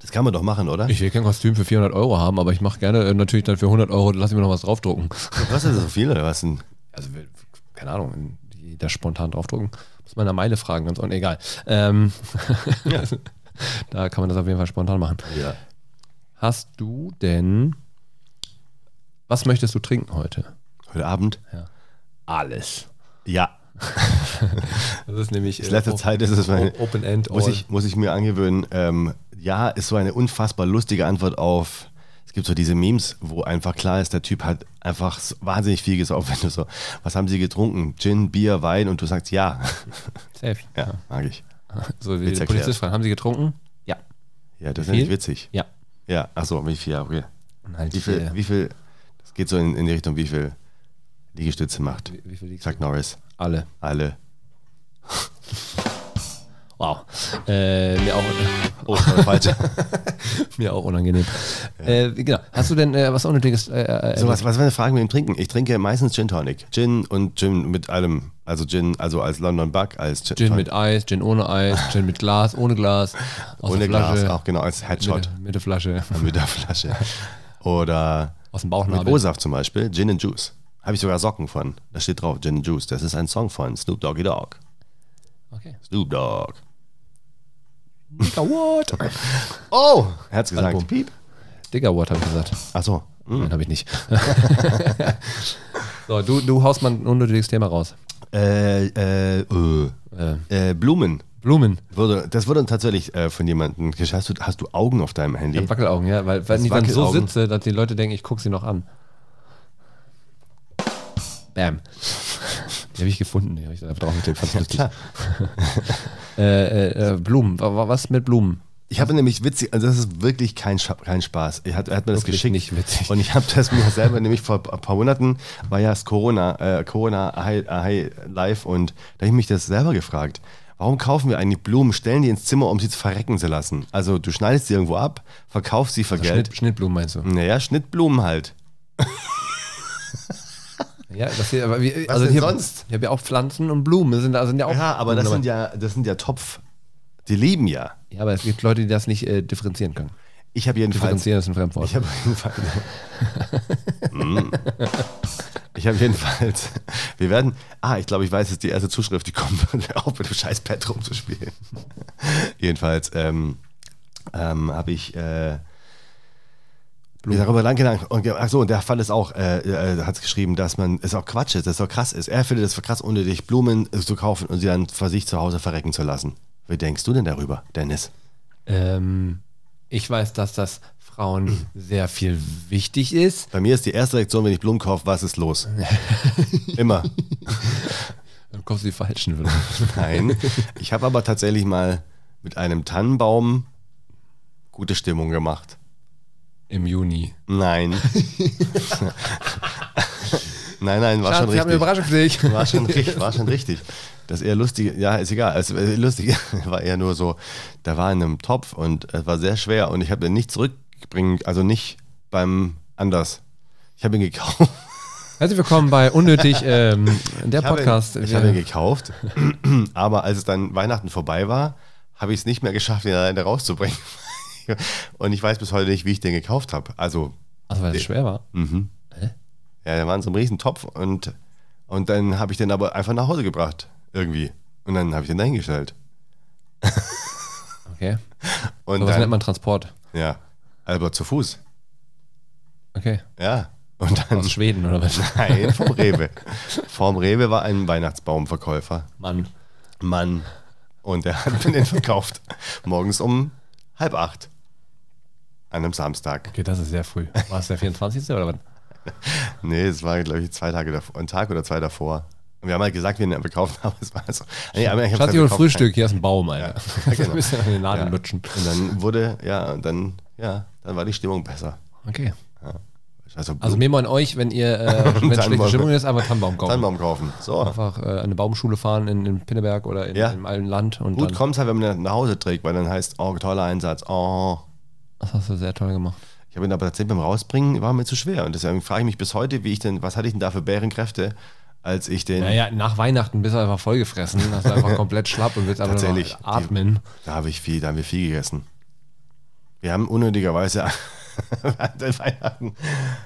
Das kann man doch machen, oder?
ich will kein Kostüm für 400 Euro haben, aber ich mache gerne äh, natürlich dann für 100 Euro, lass ich mir noch was draufdrucken.
Was ist das so viel oder was denn?
Also, wir- keine Ahnung, da spontan draufdrucken. Muss man eine Meile fragen, ganz und egal. Ähm, da kann man das auf jeden Fall spontan machen.
Ja.
Hast du denn Was möchtest du trinken heute?
Heute Abend?
Ja. Alles.
Ja.
Das ist nämlich. äh,
Das letzte Zeit ist es meine-
Open End.
Muss
all.
ich, muss ich mir angewöhnen. Ähm, ja, ist so eine unfassbar lustige Antwort auf. Es gibt so diese Memes, wo einfach klar ist, der Typ hat einfach so wahnsinnig viel gesaugt. Wenn du so, was haben sie getrunken? Gin, Bier, Wein und du sagst ja.
Safe.
Ja, mag ich.
So wie
Witz
der
erklärt.
Polizist fragen, haben Sie getrunken? Ja.
Ja, das
Wie
ist ja nicht
viel?
witzig.
Ja.
Ja, achso, wie viel? Ja, okay.
Und halt
Wie viel,
äh,
wie viel, das geht so in, in die Richtung, wie viel Liegestütze macht.
wie, wie viel liegt?
Sagt Norris.
Alle.
Alle.
Wow. Äh, mir, auch,
Oh, das war falsch.
mir auch unangenehm. Äh, genau. Hast du denn äh, was Unnötiges? Äh, äh,
So, was, was wäre eine Frage mit dem Trinken? Ich trinke meistens Gin Tonic. Gin und Gin mit allem. Also Gin, also als London Bug, als Gin,
Gin
Tonic.
mit Eis, Gin ohne Eis, Gin mit Glas, ohne Glas. Aus
Ohne
der Flasche,
Glas, auch genau, als Headshot
Mit, mit der Flasche.
mit, der Flasche. Oder
Aus dem
mit
Bauchnabel.
O-Saft zum Beispiel, Gin and Juice. Habe ich sogar Socken von. Da steht drauf, Gin and Juice. Das ist ein Song von Snoop Doggy Dogg.
Okay.
Snoop Dogg.
Digger What?
Oh! Er hat's gesagt.
Album.
Piep. Hm.
Digger What, habe ich gesagt.
Achso.
Nein, habe ich nicht. so, du, du haust mal ein unnötiges Thema raus.
Äh, äh, äh, äh, Blumen.
Blumen.
Würde, das wurde tatsächlich äh, von jemandem geschafft. Hast du, hast du Augen auf deinem Handy?
Wackelaugen, ja, weil wenn ich dann so
Wackelaugen.
sitze, dass die Leute denken, ich gucke sie noch an. Bam. Die habe ich gefunden, die habe ich da drauf geklebt, fand's lustig.
klar.
äh, äh, äh, Blumen, Wa- wa- was mit Blumen?
Ich habe nämlich witzig, also das ist wirklich kein, Scha- kein Spaß. Er hat, er hat mir das
Wirklich
geschickt.
nicht witzig.
Und ich habe das mir selber nämlich vor ein paar Monaten, war ja das Corona, äh, Corona High, High Life und da habe ich mich das selber gefragt. Warum kaufen wir eigentlich Blumen, stellen die ins Zimmer, um sie zu verrecken zu lassen? Also du schneidest sie irgendwo ab, verkaufst sie für Geld.
Also Schnitt, Schnittblumen meinst du?
Naja, Schnittblumen halt.
Ja, das hier, aber wir,
Was
also
denn
hier,
sonst?
Ich habe ja auch Pflanzen und Blumen. Das sind, da sind ja, auch
Ja, aber das
Blumen
sind ja, das sind ja Topf. Die leben ja.
dabei. ja, aber es gibt Leute, die das nicht äh, differenzieren können.
Ich habe jedenfalls
Differenzieren ist ein Fremdwort.
Ich habe jedenfalls. Mm. ich habe jedenfalls. Wir werden. Ah, ich glaube, ich weiß, es ist die erste Zuschrift, die kommt, auf mit dem scheiß Pad rumzuspielen. jedenfalls ähm, ähm, habe ich. Äh, mir darüber lang gedacht. Und, ge- ach so, und der Fall ist auch, äh, hat es geschrieben, dass man es auch Quatsch ist, dass es auch krass ist. Er findet es krass unnötig, Blumen äh, zu kaufen und sie dann für sich zu Hause verrecken zu lassen. Wie denkst du denn darüber, Dennis?
Ähm, ich weiß, dass das Frauen sehr viel wichtig ist.
Bei mir ist die erste Reaktion, wenn ich Blumen kaufe, was ist los? Immer.
Dann kaufst du die falschen. Oder?
Nein. Ich habe aber tatsächlich mal mit einem Tannenbaum gute Stimmung gemacht.
Im Juni.
Nein. nein, nein, war schon
ich habe eine
richtig.
Überraschung für dich.
War schon richtig, war schon richtig. Das eher lustige, ja, ist egal. Es äh, lustig war eher nur so, da war in einem Topf und es war sehr schwer und ich habe ihn nicht zurückbringen, also nicht beim anders. Ich habe ihn gekauft.
Herzlich willkommen bei Unnötig, ähm, der
Ich habe ihn-
Podcast.
Ich
Wir-
habe ihn gekauft, aber als es dann Weihnachten vorbei war, habe ich es nicht mehr geschafft, ihn alleine rauszubringen. Und ich weiß bis heute nicht, wie ich den gekauft habe. Also, mhm.
also, weil es schwer war.
Hm. ja, der war in so einem riesen Topf und, und dann habe ich den aber einfach nach Hause gebracht, irgendwie. Und dann habe ich den dahingestellt.
Okay.
Und
So was nennt
dann,
man Transport.
ja, aber zu Fuß,
Okay.
ja. Und dann,
Aus Schweden oder was?
nein, vom Rewe. Vom Rewe war ein Weihnachtsbaumverkäufer.
Mann.
Mann. Und er hat mir den verkauft. Morgens um halb acht. An einem Samstag.
Okay, das ist sehr früh. War es der 24. oder was?
Nee, es war, glaube ich, zwei Tage davor, ein Tag oder zwei davor. Und wir haben halt gesagt, wir haben ihn gekauft, aber es war so. Nee, aber ich hab's
Schatz,
halt
ihr holt
gekauft.
Frühstück. Hier ist ein Baum, Alter.
Ja,
Wir
genau.
müssen an den Laden
Ja.
lutschen.
Und dann wurde, ja, und dann, ja, dann war die Stimmung besser.
Okay.
Also,
Also, Memo an euch, wenn ihr, äh, wenn schlechte
Tannenbaum.
Stimmung ist, einfach Tannenbaum kaufen.
Tannenbaum kaufen. So.
einfach äh, eine Baumschule fahren in, in Pinneberg oder in,
Ja.
im alten Land und
Gut
dann.
kommt's halt, wenn man ihn nach Hause trägt, weil dann heißt, oh, toller Einsatz, oh.
Das hast du sehr toll gemacht.
Ich habe ihn aber tatsächlich beim Rausbringen, war mir zu schwer. Und deswegen frage ich mich bis heute, wie ich denn, was hatte ich denn da für Bärenkräfte, als ich den.
Naja, nach Weihnachten bist du einfach vollgefressen, hast du einfach komplett schlapp und willst einfach nur
Tatsächlich.
noch atmen.
Da habe ich viel, da haben wir viel gegessen. Wir haben unnötigerweise an den Weihnachten,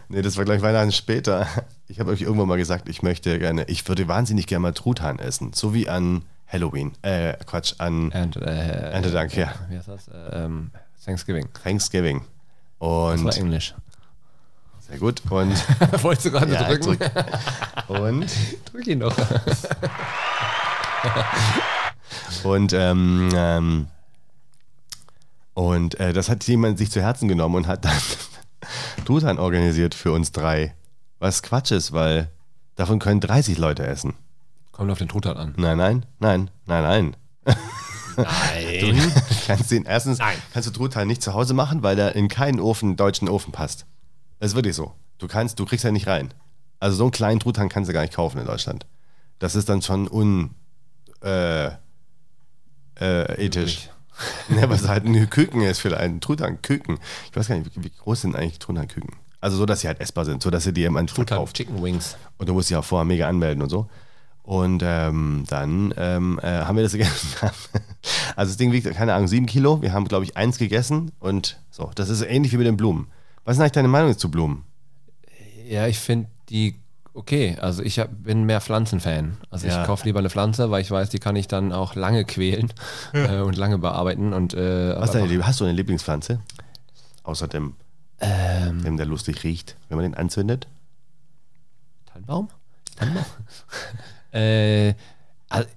nee, das war gleich Weihnachten später. Ich habe euch irgendwann mal gesagt, ich möchte gerne, ich würde wahnsinnig gerne mal Truthahn essen, so wie an Halloween, äh, Quatsch, an
And, äh,
Erntedank, ja,
Wie heißt das? Äh, Ähm, Thanksgiving.
Thanksgiving.
Das war
Und
Englisch.
Sehr gut. Und
Wolltest du gerade
ja,
drücken?
drück. Und,
Drück ihn doch.
und, ähm, ähm, und äh, das hat jemand sich zu Herzen genommen und hat dann Tutan organisiert für uns drei. Was Quatsch ist, weil davon können 30 Leute essen.
Kommt auf den Truthahn an.
Nein, nein, nein, nein, nein.
Nein.
kannst den erstens
Nein.
kannst du Truthahn nicht zu Hause machen, weil der in keinen Ofen, deutschen Ofen passt. Das ist wirklich so. Du kannst, du kriegst ja nicht rein. Also so einen kleinen Truthahn kannst du gar nicht kaufen in Deutschland. Das ist dann schon un äh, äh, ethisch. Ne, was halt ein Küken ist vielleicht ein Truthahn Küken. Ich weiß gar nicht, wie, wie groß sind eigentlich Truthahn Küken? Also so, dass sie halt essbar sind, so dass sie dir jemand
Truthahn
verkauft.
Chicken Wings.
Und du musst dich auch vorher mega anmelden und so. Und ähm, dann ähm, äh, haben wir das gegessen. also das Ding wiegt, keine Ahnung, sieben Kilo. Wir haben, glaube ich, eins gegessen und so. Das ist ähnlich wie mit den Blumen. Was ist denn eigentlich deine Meinung zu Blumen?
Ja, ich finde die okay. Also ich hab, bin mehr Pflanzenfan. Also
Ja.
ich kaufe lieber eine Pflanze, weil ich weiß, die kann ich dann auch lange quälen äh, und lange bearbeiten. Und, äh,
Was ist
aber-
deine, Lieb- hast du eine Lieblingspflanze? Außer dem,
Ähm, Hm.
dem, der lustig riecht, wenn man den anzündet.
Tannenbaum? Tannenbaum? äh, also,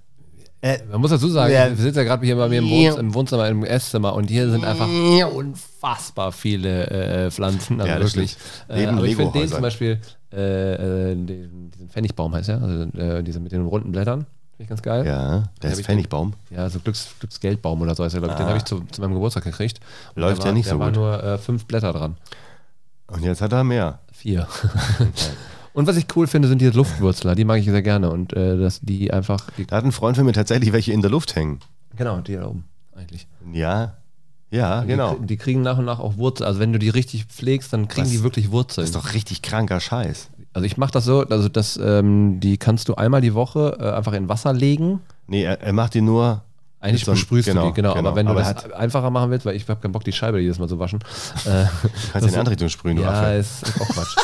Äh,
man muss dazu sagen,
Ja.
wir sitzen ja gerade hier bei mir im,
Ja.
Wohnz im Wohnzimmer, im Esszimmer und hier sind einfach unfassbar viele äh, Pflanzen. Also
Ja, das
wirklich.
stimmt.
Äh,
Neben
aber ich finde den
Lego-Häusern.
zum Beispiel, äh, äh, den, diesen Pfennigbaum heißt ja, also, äh, diese mit den runden Blättern, finde ich ganz geil.
Ja, der
hab
ist
ich
Pfennigbaum.
Ja, so Glücks, Glücksgeldbaum oder so heißt er, glaube ich. Den habe ich zu, zu meinem Geburtstag gekriegt. Und
Läuft
der
ja
war,
nicht
der
so
war
gut.
nur äh, fünf Blätter dran.
Und jetzt hat er mehr.
Vier. und was ich cool finde, sind diese Luftwurzler. Die mag ich sehr gerne. Und äh, dass die einfach. Die,
Da hat ein Freund von mir tatsächlich welche in der Luft hängen.
genau, die da oben eigentlich.
Ja, ja, genau.
Die, die kriegen nach und nach auch Wurzeln. Also wenn du die richtig pflegst, dann kriegen
Was?
die wirklich Wurzeln.
Das ist doch richtig kranker Scheiß.
Also ich mache das so, also das, ähm, die kannst du einmal die Woche äh, einfach in Wasser legen.
Nee, er, er macht die nur
Eigentlich
Mit so einem-
besprühst
genau,
du die, genau.
genau.
Aber wenn du
Aber
das
er
einfacher machen willst, weil ich habe keinen Bock, die Scheibe jedes Mal zu waschen. Äh,
Kannst du in die andere Richtung sprühen, du
Ja,
Affe.
ist, ist auch Quatsch.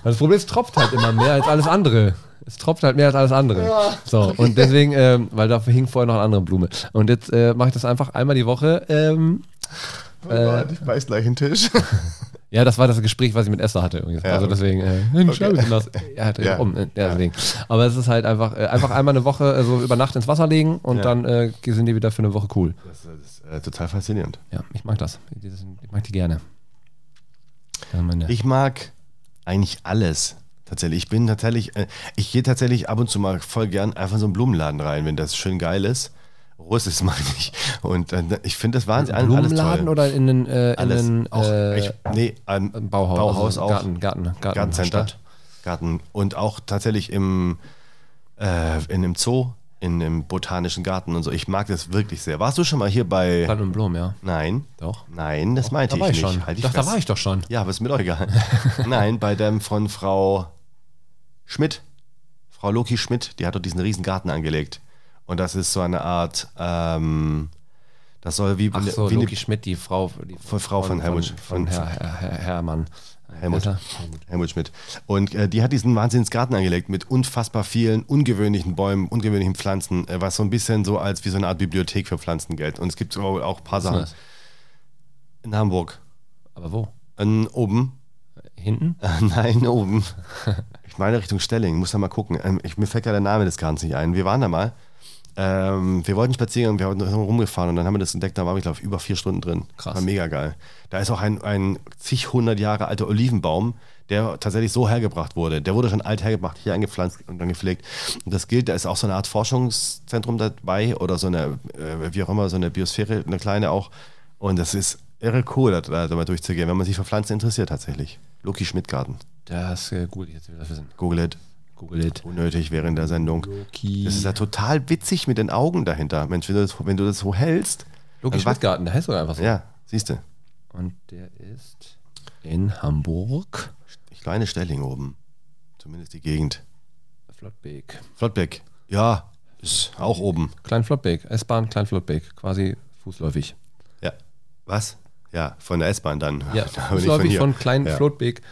Aber das Problem ist, es tropft halt immer mehr als alles andere. Es tropft halt mehr als alles andere. So, und deswegen, ähm, weil da hing vorher noch eine andere Blume. Und jetzt äh, mache ich das einfach einmal die Woche. Ähm, äh,
ich beiß gleich den Tisch.
ja, das war das Gespräch, was ich mit Esther hatte. Übrigens.
Ja,
also
okay.
deswegen, äh, Mensch,
Okay.
wir sind das. Ja, halt
Ja.
um. Ja, deswegen. Aber es ist halt einfach, äh, einfach einmal eine Woche äh, so über Nacht ins Wasser legen und
Ja.
dann äh, sind die wieder für eine Woche cool.
Das ist äh, total faszinierend.
Ja, ich mag das. Die sind- Ich mag die gerne. Ja, meine.
Ich mag eigentlich alles. Tatsächlich, ich bin tatsächlich, äh, ich gehe tatsächlich ab und zu mal voll gern einfach in so einen Blumenladen rein, wenn das schön geil ist. Russisch meine ich. Und äh, ich finde das wahnsinnig alles toll.
Blumenladen oder in den, äh, in
alles.
den
auch,
äh,
ich, nee, ähm,
Bauhaus,
Bauhaus
also
auch.
Garten, Garten, Garten,
Gartencenter.
Stadt.
Garten. Und auch tatsächlich im, äh, in dem Zoo, in dem botanischen Garten und so. Ich mag das wirklich sehr. Warst du schon mal hier bei.
Plant und Blumen, ja.
Nein.
Doch.
Nein, das meinte
da war
ich,
ich
nicht.
schon.
Halt die
doch, da
Fresse.
war ich doch schon.
Ja, aber ist mir doch egal. Nein, bei dem von Frau Schmidt. Frau Loki Schmidt, die hat doch diesen riesen Garten angelegt. Und das ist so eine Art, ähm, das soll wie,
Ach so,
wie
Loki Schmidt, die Frau, die
Von Frau von Helmut-
von,
von-
Herr, Herr, Herr Herrmann.
Helmut.
Alter.
Helmut Schmidt. Und äh, die hat diesen Wahnsinnsgarten angelegt mit unfassbar vielen ungewöhnlichen Bäumen, ungewöhnlichen Pflanzen, äh, was so ein bisschen so als wie so eine Art Bibliothek für Pflanzen gilt. Und es gibt so auch ein paar Sachen.
das?
In Hamburg.
Aber wo?
In, oben.
Hinten?
Äh, Nein, oben. Ich meine Richtung Stelling, muss da mal gucken. Ähm, ich, mir fällt gerade der Name des Gartens nicht ein. Wir waren da mal. Ähm, wir wollten spazieren und wir sind rumgefahren und dann haben wir das entdeckt, da waren wir, glaube ich, über vier Stunden drin.
Krass.
War mega geil. Da ist auch ein, ein zig hundert Jahre alter Olivenbaum, der tatsächlich so hergebracht wurde. Der wurde schon alt hergebracht, hier eingepflanzt und dann gepflegt. Und das gilt, da ist auch so eine Art Forschungszentrum dabei oder so eine, äh, wie auch immer, so eine Biosphäre, eine kleine auch. Und das ist irre cool, da, da mal durchzugehen, wenn man sich für Pflanzen interessiert tatsächlich. Loki Schmidtgarten.
Das ist äh, gut, jetzt will ich das wissen.
Google it.
Google it.
Unnötig während der Sendung.
Loki.
Das ist ja total witzig mit den Augen dahinter. Mensch, wenn du das, wenn du das so hältst.
Loki
dann wa-
Schmidtgarten, der heißt sogar einfach so.
also Ja, siehst du.
Und der ist in Hamburg.
Kleine Stelling oben. Zumindest die Gegend.
Flottbek.
Flottbeck. Ja, ist auch oben.
Klein Flottbek. S-Bahn, Klein Flottbek. Quasi fußläufig.
Ja. Was? Ja, von der S-Bahn dann.
Ja,
Aber nicht
fußläufig
hier.
von, Klein
Ja.
Flotbek.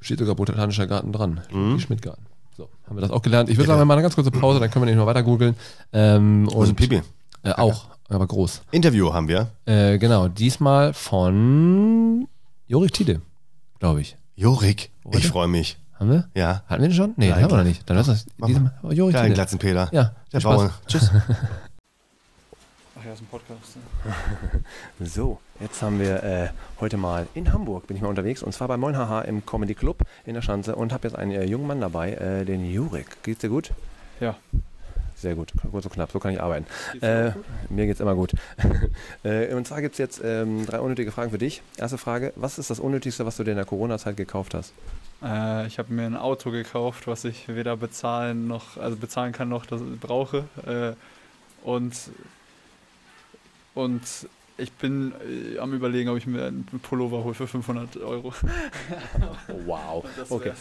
Steht sogar Botanischer Garten dran.
Mhm.
Die Schmidtgarten. So, haben wir das auch gelernt. Ich würde sagen, wir machen eine ganz kurze Pause, dann können wir nicht noch weiter googeln. Ähm,
Also
und
Pipi.
Äh, auch, aber groß.
Interview haben wir.
Äh, genau, diesmal von Jorik Tide, glaube ich.
Jorik,
Wurde?
ich freue mich.
Haben wir?
Ja.
Hatten wir den schon? Nee,
Nein,
haben wir noch
klar.
nicht. Dann lass das.
Mach
diesem-
mal.
Oh, Jorik
Geilen
Tiede.
Glatzenpeter.
Ja,
Der
viel Spaß.
Bauer. Tschüss.
Ach ja, ist ein Podcast. Ne?
So, jetzt haben wir äh, heute mal in Hamburg, bin ich mal unterwegs, und zwar bei Moin Haha im Comedy Club in der Schanze und habe jetzt einen äh, jungen Mann dabei, äh, den Jurek. Geht's dir gut?
Ja.
Sehr gut, kurz und knapp, so kann ich arbeiten. Äh, mir geht's immer gut. äh, und zwar gibt's jetzt ähm, drei unnötige Fragen für dich. Erste Frage, was ist das Unnötigste, was du dir in der Corona-Zeit gekauft hast?
Äh, ich habe mir ein Auto gekauft, was ich weder bezahlen noch, also bezahlen kann noch, das brauche. Äh, und und ich bin äh, am überlegen, ob ich mir einen Pullover hole für 500 Euro.
Wow,
Das
okay.
wär's.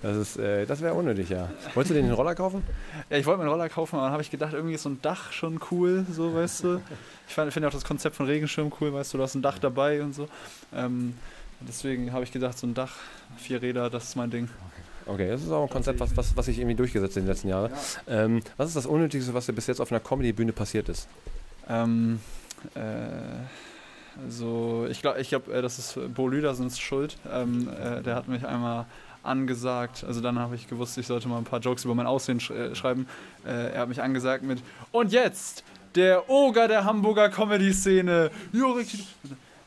Das, ist, äh, das wäre unnötig, ja. Wolltest du den Roller kaufen?
Ja, ich wollte mir einen Roller kaufen, aber dann habe ich gedacht, irgendwie ist so ein Dach schon cool, so weißt du. Ich fand- finde auch das Konzept von Regenschirm cool, weißt du, du hast ein Dach dabei und so. Ähm, deswegen habe ich gedacht, so ein Dach, vier Räder, das ist mein Ding.
Okay, das ist auch ein Konzept, was, was, was sich irgendwie durchgesetzt in den letzten Jahren. Ähm, was ist das Unnötigste, was dir bis jetzt auf einer Comedy-Bühne passiert ist?
Ähm, äh, also ich glaube, ich glaub, äh, das ist äh, Bo Lüdersens Schuld. Ähm, äh, der hat mich einmal angesagt, also dann habe ich gewusst, ich sollte mal ein paar Jokes über mein Aussehen sch äh, schreiben. Äh, er hat mich angesagt mit Und jetzt der Oger der Hamburger Comedy-Szene, Jurik. Tito."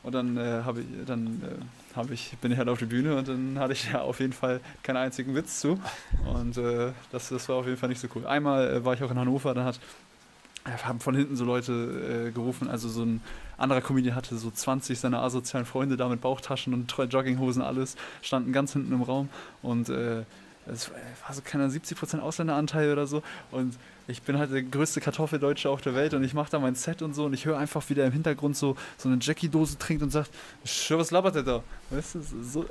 Und dann äh, habe ich, dann äh, habe ich, bin ich halt auf die Bühne und dann hatte ich ja auf jeden Fall keinen einzigen Witz zu. Und äh, das, das war auf jeden Fall nicht so cool. Einmal äh, war ich auch in Hannover, dann hat ja, haben von hinten so Leute äh, gerufen, also so ein anderer Comedian hatte so 20 seiner asozialen Freunde da mit Bauchtaschen und Tro- Jogginghosen alles, standen ganz hinten im Raum und äh, es war war so keiner 70% Ausländeranteil oder so und ich bin halt der größte Kartoffeldeutsche auf der Welt und ich mache da mein Set und so und ich höre einfach, wie der im Hintergrund so, so eine Jackie-Dose trinkt und sagt, "Schö, was labert der da? Weißt du, so,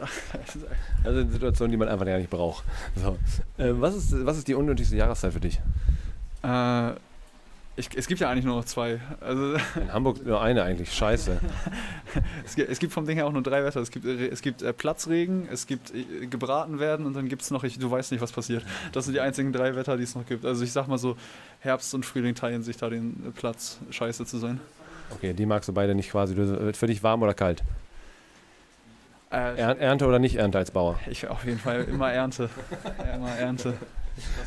Also eine Situation, die man einfach gar nicht braucht. So. Ähm, was, ist, was ist die unnötigste Jahreszeit für dich?
äh, ich, es gibt ja eigentlich nur noch zwei, also
In Hamburg nur eine eigentlich, scheiße.
Es gibt, es gibt vom Ding her auch nur drei Wetter. Es gibt, äh, es gibt äh, Platzregen, es gibt äh, gebraten werden und dann gibt es noch, ich, du weißt nicht, was passiert. Das sind die einzigen drei Wetter, die es noch gibt. Also ich sag mal so, Herbst und Frühling teilen sich da den äh, Platz, scheiße zu sein.
Okay, die magst du beide nicht quasi. Du, wird für dich warm oder kalt?
Äh,
Er, Ernte oder nicht Ernte als Bauer?
ich auf jeden Fall immer Ernte. Ja, immer Ernte.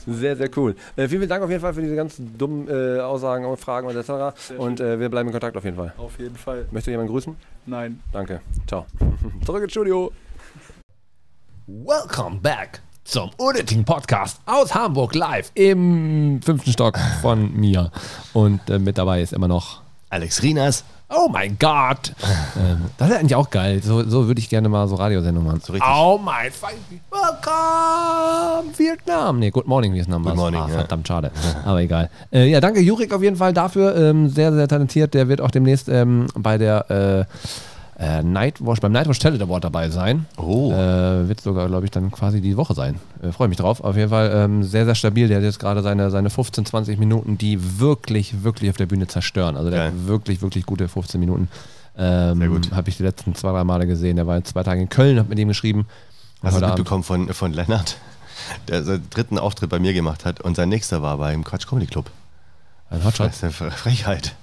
Sehr, sehr cool. Äh, vielen, vielen Dank auf jeden Fall für diese ganzen dummen äh, Aussagen und Fragen und etc.
Sehr
Und äh, wir bleiben in Kontakt auf jeden Fall.
Auf jeden Fall.
Möchtest du jemanden grüßen?
Nein.
Danke. Ciao. Zurück ins Studio.
Welcome back zum unnötigen Podcast aus Hamburg live im fünften Stock von mir. Und äh, mit dabei ist immer noch,
Alex Rinas.
oh mein Gott, ähm, das ist eigentlich auch geil. So, so würde ich gerne mal so Radiosendungen machen.
So richtig.
oh mein fucking, welcome Vietnam. Nee, Good Morning Vietnam. war's.
Good morning,
ah,
ja.
Verdammt schade, aber egal. Äh, ja, danke Jurik auf jeden Fall dafür. Ähm, sehr, sehr talentiert. Der wird auch demnächst ähm, bei der... Äh, äh, Nightwatch, beim Nightwatch Talent Award dabei sein.
Oh.
Äh, wird sogar, glaube ich, dann quasi die Woche sein. Äh, Freue mich drauf. Auf jeden Fall ähm, sehr, sehr stabil. Der hat jetzt gerade seine, seine 15, 20 Minuten, die wirklich, wirklich auf der Bühne zerstören. Also der
Geil.
hat wirklich, wirklich gute 15 Minuten. Ähm,
Sehr gut.
Habe ich die letzten zwei, drei Male gesehen. Der war jetzt zwei Tage in Köln, habe mit ihm geschrieben.
Hast du
Heute
das
Abend-
mitbekommen von, von Lennart, der seinen dritten Auftritt bei mir gemacht hat und sein nächster war beim Quatsch Comedy Club.
Ein Hotshot.
Das ist eine Fre- Frechheit.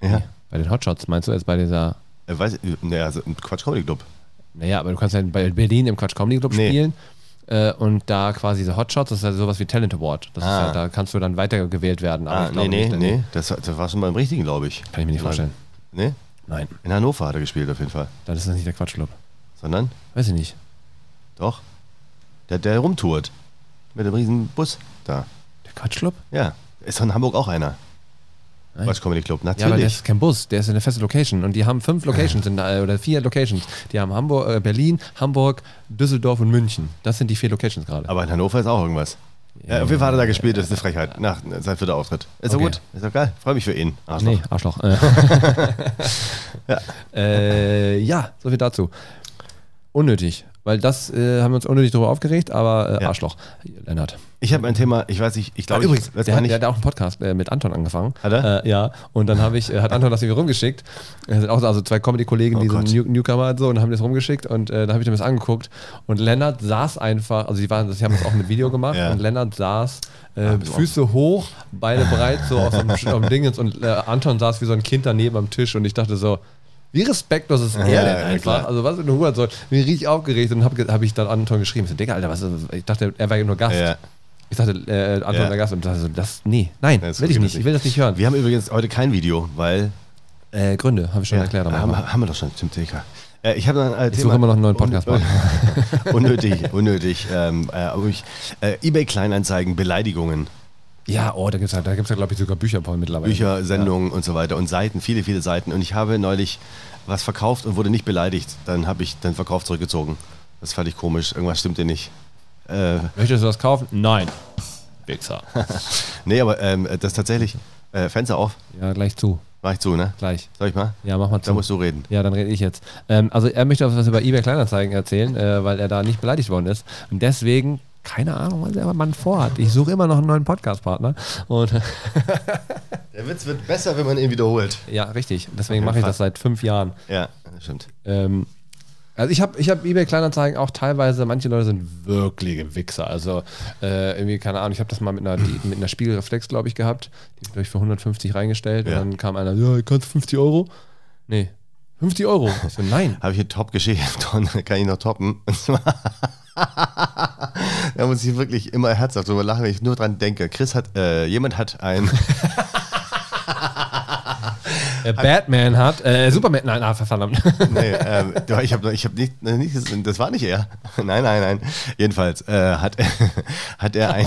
Ja.
Bei den Hotshots meinst du jetzt bei dieser.
Äh, Weiß, naja, also im Quatsch Comedy Club.
Naja, aber du kannst ja bei Berlin im Quatsch Comedy Club
Nee.
spielen. Äh, und da quasi diese Hotshots, das ist ja sowas wie Talent Award. Das
Ah.
ist ja, da kannst du dann weitergewählt werden. Aber
Ah,
ich
nee,
glaube
nee,
nicht, ne?
nee. Das, das war schon beim richtigen, glaube ich.
Kann ich mir nicht vorstellen.
Nee?
Nein,
In Hannover hat er gespielt auf jeden Fall.
das ist nicht der Quatschclub.
Sondern,
Weiß ich nicht.
doch, der, der rumtourt. Mit dem riesen Bus da.
Der Quatschclub?
Ja. Ist in Hamburg auch einer.
Nein.
Quatsch Comedy Club,
Ja, aber der
natürlich.
ist kein Bus, der ist in einer festen Location. Und die haben fünf Locations in der, oder vier Locations. Die haben Hamburg, äh, Berlin, Hamburg, Düsseldorf und München. Das sind die vier Locations gerade.
aber in Hannover ist auch irgendwas. Ja, auf jeden Fall hat er da gespielt, das ist eine Frechheit. Nach, sein vierter Auftritt. Ist doch
Okay.
gut, ist doch geil. Freue mich für ihn. Arschloch.
Nee, Arschloch. Äh. äh, ja, so viel dazu. Unnötig. Weil das äh, haben wir uns unnötig darüber aufgeregt, aber äh,
Ja.
Arschloch. Lennart.
Ich habe ein Thema, ich weiß nicht, ich glaube,
Ah, übrigens,
ich, weiß
der
gar
hat,
nicht.
der hat auch einen Podcast äh, mit Anton angefangen.
Hat er?
Äh, ja. Und dann habe ich, äh, hat Anton das irgendwie rumgeschickt. Es sind auch so- also zwei Comedy-Kollegen, die
Oh
sind
Gott.
New Newcomer und so und haben das rumgeschickt und äh, da habe ich mir das angeguckt. Und Lennart saß einfach, also die waren, sie haben das auch mit Video gemacht
Ja. Ah,
und Lennart saß äh,
bis
Füße hoch, Beine breit, so auf so einem, auf dem Dingens und äh, Anton saß wie so ein Kind daneben am Tisch und ich dachte so, Wie respektlos ist er
Ja,
denn
ja,
einfach?
klar.
Also was in der Ruhe soll. Bin richtig aufgeregt und habe hab ich dann Anton geschrieben. Ich so, Digga, Alter, was ist, ich dachte, er war ja nur Gast.
Ja.
Ich dachte, äh, Anton
Ja.
war Gast und dachte so, das, nee, nein,
Das
will ich
geht
nicht. Ich will das nicht hören.
Wir haben übrigens heute kein Video, weil.
äh, Gründe, habe ich schon erklärt. am
haben,
Anfang.
haben wir doch schon, stimmt, TK. Äh, ich habe dann ein äh,
Ich suche immer noch einen neuen Podcast.
Un
Mann.
unnötig, unnötig. Ähm, äh, aber ich, äh, eBay Kleinanzeigen, Beleidigungen,
Ja, oh, da gibt es ja, da gibt's ja glaube ich, sogar Bücher Paul, mittlerweile.
Bücher, Sendungen und so weiter und Seiten, viele, viele Seiten. Und ich habe neulich was verkauft und wurde nicht beleidigt. Dann habe ich den Verkauf zurückgezogen. Das fand ich komisch. Irgendwas stimmte nicht. Äh,
Möchtest du das kaufen? Nein. Wichser.
nee, aber ähm, das tatsächlich. Äh, Fenster auf.
ja, gleich zu.
Mach ich zu, ne?
Gleich.
Soll ich mal?
Ja, mach mal
Da
zu.
musst du reden.
Ja, dann rede ich jetzt. Ähm, also er möchte was über eBay Kleinanzeigen erzählen, äh, weil er da nicht beleidigt worden ist. Und deswegen, keine Ahnung, was der Mann vorhat. Ich suche immer noch einen neuen Podcast-Partner. Und
Der Witz wird besser, wenn man ihn wiederholt.
ja, richtig. Deswegen
jeden
mache ich
Fall.
das seit fünf Jahren.
Ja, das stimmt.
Ähm, also ich habe ich hab eBay Kleinanzeigen auch teilweise, manche Leute sind wirkliche Wichser. Also äh, irgendwie, keine Ahnung, ich habe das mal mit einer, die- mit einer Spiegelreflex, glaube ich, gehabt. Die habe ich für 150 reingestellt und
Ja.
dann kam einer, ja, kannst du 50 Euro? Nee, 50 Euro. Ich so, nein.
Habe ich eine Top-Geschichte, Don, kann ich noch toppen. Und zwar- da muss ich wirklich immer herzhaft drüber lachen, wenn ich nur dran denke. Chris hat, äh, jemand hat ein,
Äh, Batman hat, äh, Superman, nein, ah, verdammt.
nee, ähm, ich habe ich hab nicht, nicht, das war nicht er. Nein, nein, nein. Jedenfalls äh, hat, hat er ein,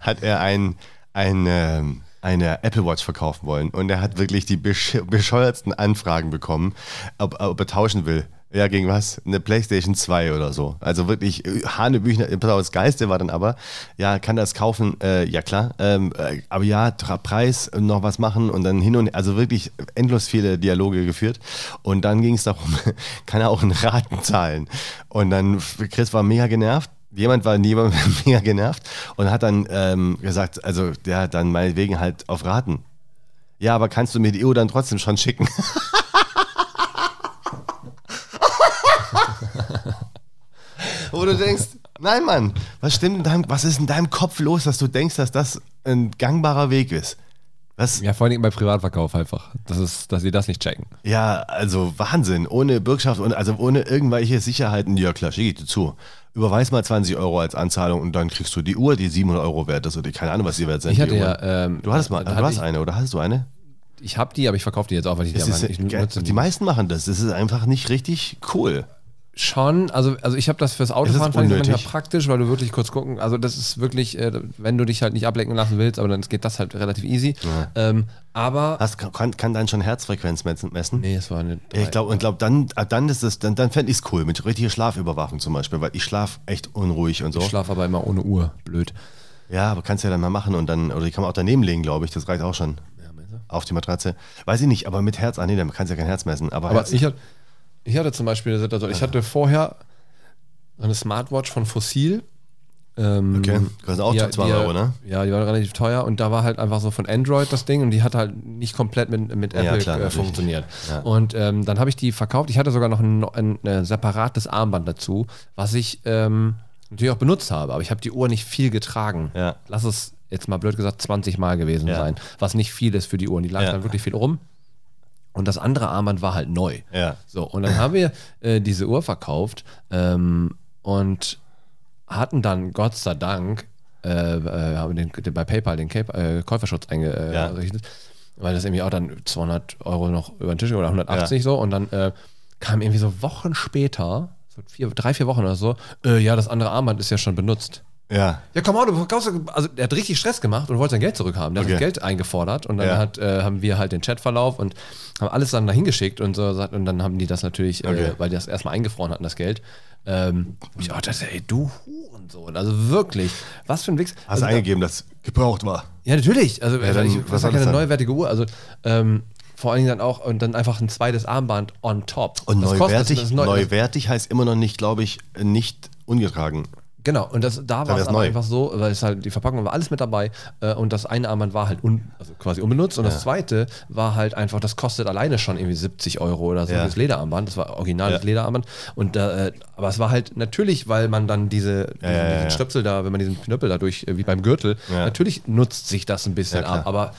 hat er ein, ein, ähm, eine Apple Watch verkaufen wollen und er hat wirklich die besch bescheuertsten Anfragen bekommen, ob, ob er tauschen will. Ja, gegen was? Eine Playstation 2 oder so. Also wirklich äh, Hanebüchner. Pass auf, das Geiste war dann aber, ja, kann das kaufen? Äh, ja, klar. Ähm, äh, aber ja, Tra- Preis, äh, noch was machen und dann hin und Also wirklich endlos viele Dialoge geführt. Und dann ging es darum, kann er auch in Raten zahlen? Und dann, Chris war mega genervt jemand war niemand mega genervt und hat dann ähm, gesagt, also der hat dann meinetwegen halt auf Raten. Ja, aber kannst du mir die EU dann trotzdem schon schicken? Wo du denkst, nein, Mann, was stimmt in deinem, was ist in deinem Kopf los, dass du denkst, dass das ein gangbarer Weg ist? Das,
Ja, vor allem bei Privatverkauf einfach. Das ist, dass sie das nicht checken.
ja, also Wahnsinn. Ohne Bürgschaft und also ohne irgendwelche Sicherheiten. Ja, klar, schicke ich dir zu. Überweis mal 20 Euro als Anzahlung und dann kriegst du die Uhr, die 700 Euro wert ist. Oder die- keine Ahnung, was die wert sind.
Ich hatte
die
ja,
Uhren.
ähm,
du hattest mal,
da
du
hatte
hast
ich-
eine, oder hattest du eine?
Ich habe die, aber ich verkaufe die jetzt auch, weil ich die
Es
am-
ist,
ich
ge-
nutze
die
die.
meisten machen das. Das ist einfach nicht richtig cool.
Schon, also, also ich habe das fürs Autofahren
ist
fand ich das
unnötig.
manchmal praktisch, weil du wirklich kurz gucken, also das ist wirklich, äh, wenn du dich halt nicht ablenken lassen willst, aber dann geht das halt relativ easy. Ähm, aber,
Hast, kann, kann dann schon Herzfrequenz messen? messen?
nee, es war eine
Ja, ich glaube, und glaub, dann, ah, dann ist es, dann, dann fände ich es cool mit richtiger Schlafüberwachung zum Beispiel, weil ich schlaf echt unruhig und so.
ich schlafe aber immer ohne Uhr, blöd.
Ja, aber kannst ja dann mal machen und dann, oder die kann man auch daneben legen, glaube ich, das reicht auch schon. Auf die Matratze. Weiß ich nicht, aber mit Herz, ah nee, dann kannst du Ah, ja Ah. kein Herz messen. Aber,
Aber
Herz,
ich hatte, ich hatte zum Beispiel eine Situation, ich hatte vorher eine Smartwatch von Fossil. Ähm,
okay, kostet auch
ja,
200
die,
Euro, ne?
Ja, die war relativ teuer und da war halt einfach so von Android das Ding und die hat halt nicht komplett mit, mit
Ja,
Apple
klar,
äh,
natürlich.
funktioniert.
Ja.
Und ähm, dann habe ich die verkauft. Ich hatte sogar noch ein, ein, äh, separates Armband dazu, was ich ähm, natürlich auch benutzt habe, aber ich habe die Uhr nicht viel getragen.
Ja.
Lass es jetzt mal blöd gesagt 20 Mal gewesen
Ja.
sein, was nicht viel ist für die Uhr. Die lag
Ja.
dann wirklich viel rum. Und das andere Armband war halt neu.
Ja.
So, und dann haben wir äh, diese Uhr verkauft ähm, und hatten dann Gott sei Dank äh, äh, haben den, den, bei PayPal den Cap- äh, Käuferschutz
Ja.
eingerichtet, weil das irgendwie auch dann 200 Euro noch über den Tisch ging oder 180 so. Und dann äh, kam irgendwie so Wochen später, so vier, drei, vier Wochen oder so, äh, ja, das andere Armband ist ja schon benutzt.
Ja.
Ja, komm mal, du verkaufst. Also, er hat richtig Stress gemacht und wollte sein Geld zurückhaben. Der
Okay.
hat das Geld eingefordert und dann
Ja.
hat, äh, haben wir halt den Chatverlauf und haben alles dann dahin geschickt und so. Und dann haben die das natürlich,
Okay.
äh, weil die das erstmal eingefroren hatten, das Geld. Ähm, ich dachte, ey, du Hurensohn. Also wirklich, was für ein Wichs.
Hast
also,
eingegeben, dass gebraucht war.
ja, natürlich. Also,
Ja, dann-
ich,
was
das war
soll das
keine
dann?
neuwertige Uhr. Also, ähm, vor allen Dingen dann auch und dann einfach ein zweites Armband on top.
Und
Das kostet-
neuwertig,
das ist neu-
neuwertig heißt immer noch nicht, glaube ich, nicht ungetragen.
Genau, und das, da war es
wär's
aber
neu.
einfach so, weil es halt, die Verpackung war alles mit dabei äh, und das eine Armband war halt un, also quasi unbenutzt und das zweite war halt einfach, das kostet alleine schon irgendwie 70 Euro oder so,
Ja.
das Lederarmband, das war originales
Ja.
Lederarmband und da, äh, aber es war halt natürlich, weil man dann diese, diesen,
ja, ja,
diesen
ja.
Stöpsel da, wenn man diesen Knöppel dadurch, äh, wie beim Gürtel,
Ja.
natürlich nutzt sich das ein bisschen
Ja, klar.
ab, aber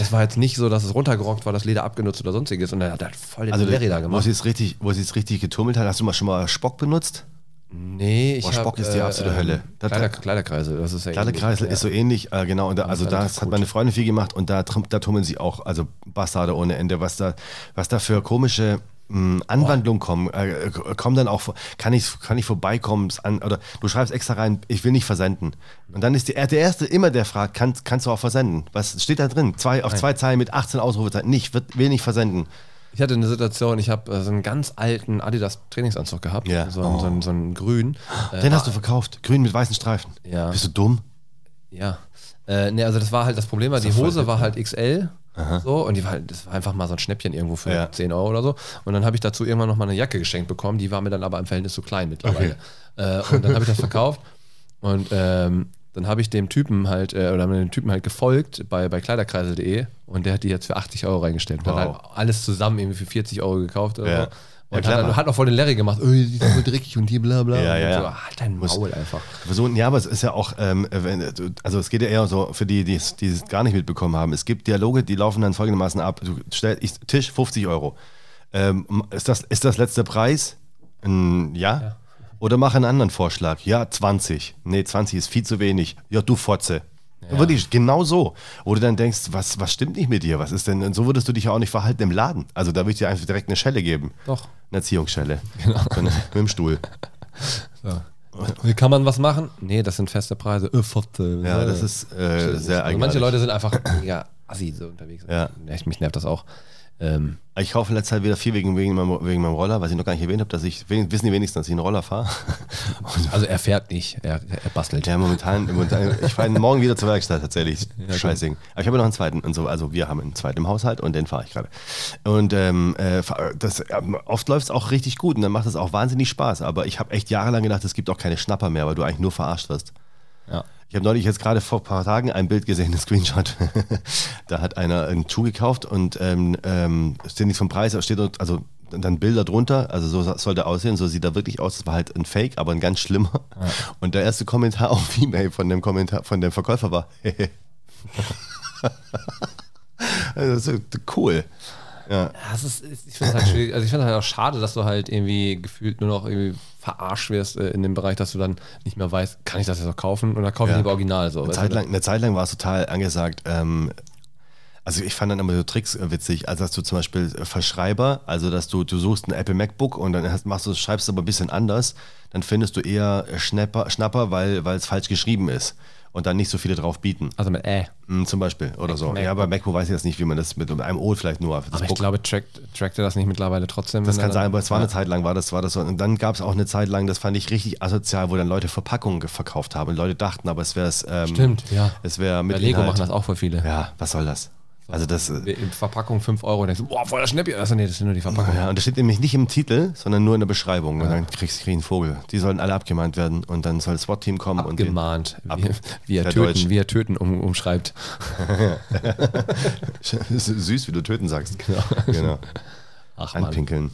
Es war jetzt nicht so, dass es runtergerockt war, das Leder abgenutzt oder sonstiges. Und er hat halt voll den
Also,
Larry da
wo
gemacht.
sie es richtig, wo sie es richtig getummelt hat, hast du mal schon mal Spock benutzt?
Nee, ich
Boah,
hab, äh,
Spock ist die absolute Hölle. Das-
Kleider, Kleiderkreise, das ist ja
Kleine
ähnlich.
Kreisel ist so ähnlich, äh, genau. Und da, also
das
das
ist
hat
gut.
meine Freundin viel gemacht und da, trum- da tummeln sie auch, also Bastarde ohne Ende, was da, was da für komische mh, Anwandlungen kommen, äh, äh, kommen dann auch, vor- kann ich, kann ich vorbeikommen, es an, oder du schreibst extra rein, ich will nicht versenden. Und dann ist die, der Erste immer, der fragt, kann, kannst du auch versenden? Was steht da drin? Zwei, auf zwei Zeilen mit 18 Ausrufezeichen, nicht, wird, will nicht versenden.
Ich hatte eine Situation, ich habe äh, so einen ganz alten Adidas Trainingsanzug gehabt,
Ja. Oh.
so, einen, so, einen, so einen grünen. Äh,
Den hast du verkauft, grün mit weißen Streifen.
Ja.
Bist du dumm?
Ja. Äh, nee, also das war halt das Problem, war, die
doch voll
Hose
hip, ne?
war halt XL. So, und die war halt, das war einfach mal so ein Schnäppchen irgendwo für
Ja.
10 Euro oder so. Und dann habe ich dazu irgendwann nochmal eine Jacke geschenkt bekommen, die war mir dann aber im Verhältnis zu klein mittlerweile. Äh, und dann habe ich das verkauft. Und ähm, dann habe ich dem Typen halt, äh, oder haben wir dem Typen halt gefolgt bei, bei kleiderkreisel.de und der hat die jetzt für 80 Euro reingestellt. Und hat
Wow.
halt alles zusammen irgendwie für 40 Euro gekauft oder
Ja.
so.
Ja,
Und hat,
clever.
dann, hat auch voll den Larry gemacht, oh, die ist voll dreckig und hier bla bla.
Ja,
und
ja,
so,
ja.
ah, halt dein
Muss-
Maul einfach.
Versuchen, ja, aber es ist ja auch, ähm, wenn, du- also es geht ja eher so für die, die es, die es gar nicht mitbekommen haben. Es gibt Dialoge, die laufen dann folgendermaßen ab. Du stell, ich, Tisch 50 Euro. Ähm, ist, das, ist das letzter Preis? Mm, ja. Oder mach einen anderen Vorschlag. Ja, 20. Nee, 20 ist viel zu wenig. Ja, du Fotze. Wirklich, genau so. Wo du dann denkst, was, was stimmt nicht mit dir? Was ist denn? Und so würdest du dich ja auch nicht verhalten im Laden. Also da würde ich dir einfach direkt eine Schelle geben.
Doch.
Eine Erziehungsschelle. Genau. Mit dem Stuhl.
Wie kann man was machen? Nee, das sind feste Preise. Äh, Pfote.
Ja, das ist äh, sehr
also
eigenartig.
Manche Leute sind einfach mega assi so unterwegs.
Ja.
Echt, mich nervt das auch. Ähm,
Ich kaufe in letzter Zeit wieder viel wegen, wegen, meinem, wegen meinem Roller, was ich noch gar nicht erwähnt habe, dass ich, wen- wissen die wenigsten, dass ich einen Roller fahre.
also er fährt nicht, er, er bastelt.
Ja, momentan, momentan ich fahre morgen wieder zur Werkstatt tatsächlich. Scheißing. Aber ich habe noch einen zweiten und so, also wir haben einen zweiten im Haushalt und den fahre ich gerade. Und ähm, äh, fahr- das, ähm, oft läuft es auch richtig gut und dann macht es auch wahnsinnig Spaß. Aber ich habe echt jahrelang gedacht, es gibt auch keine Schnapper mehr, weil du eigentlich nur verarscht wirst.
Ja.
Ich habe neulich jetzt gerade vor ein paar Tagen ein Bild gesehen, ein Screenshot. da hat einer einen Schuh gekauft und ähm, ähm, steht nichts vom Preis, aber steht dort- also dann Bilder drunter, also so sa- soll der aussehen, so sieht er wirklich aus. Das war halt ein Fake, aber ein ganz schlimmer. Und der erste Kommentar auf E-Mail von dem Kommentar von dem Verkäufer war, also, so, cool.
Das ist, ist- ich finde es halt schwierig. Also ich finde halt auch schade, dass du halt irgendwie gefühlt nur noch irgendwie verarscht wirst äh, in dem Bereich, dass du dann nicht mehr weißt, kann ich das jetzt noch kaufen oder kaufe ich
Ja.
lieber original so.
Eine
weißt
Zeit,
du?
lang, eine Zeit lang war es total angesagt. Ähm, also ich fand dann immer so Tricks äh, witzig, also dass du zum Beispiel äh, Verschreiber, also dass du, du suchst ein Apple MacBook und dann hast, machst du, schreibst aber ein bisschen anders, dann findest du eher äh, Schnapper, Schnapper weil weil es falsch geschrieben ist und dann nicht so viele drauf bieten.
Also mit äh.
Mm, zum Beispiel oder so.
MacBook.
Ja, bei MacBook weiß ich jetzt nicht, wie man das mit einem O vielleicht nur auf das
Aber ich
Book-
glaube, trackt, trackt er das nicht mittlerweile trotzdem.
das
wenn
kann
er
sein,
dann-
aber es war eine Zeit lang, war das, war das so. Und dann gab es auch eine Zeit lang, das fand ich richtig asozial, wo dann Leute Verpackungen ge- verkauft haben. Und Leute dachten, aber es wäre es. Ähm,
Stimmt, ja.
Es wäre mit
Bei Lego
Inhalt.
machen das auch voll viele.
Ja, was soll das? Also das. äh,
In Verpackung 5 Euro und denkst, du, boah, voll das Schnäppchen. Also nee, das sind nur die Verpackung.
Ja, und das steht nämlich nicht im Titel, sondern nur in der Beschreibung. Und dann kriegst du einen Vogel. Die sollen alle abgemahnt werden und dann soll das SWAT-Team kommen
Abgemahnt,
Mhm. Ab-
wie, wie, er
Sehr
töten,
deutsch.
wie er töten um, umschreibt.
und den, süß, wie du töten sagst. Genau. genau.
Ach man.
Anpinkeln.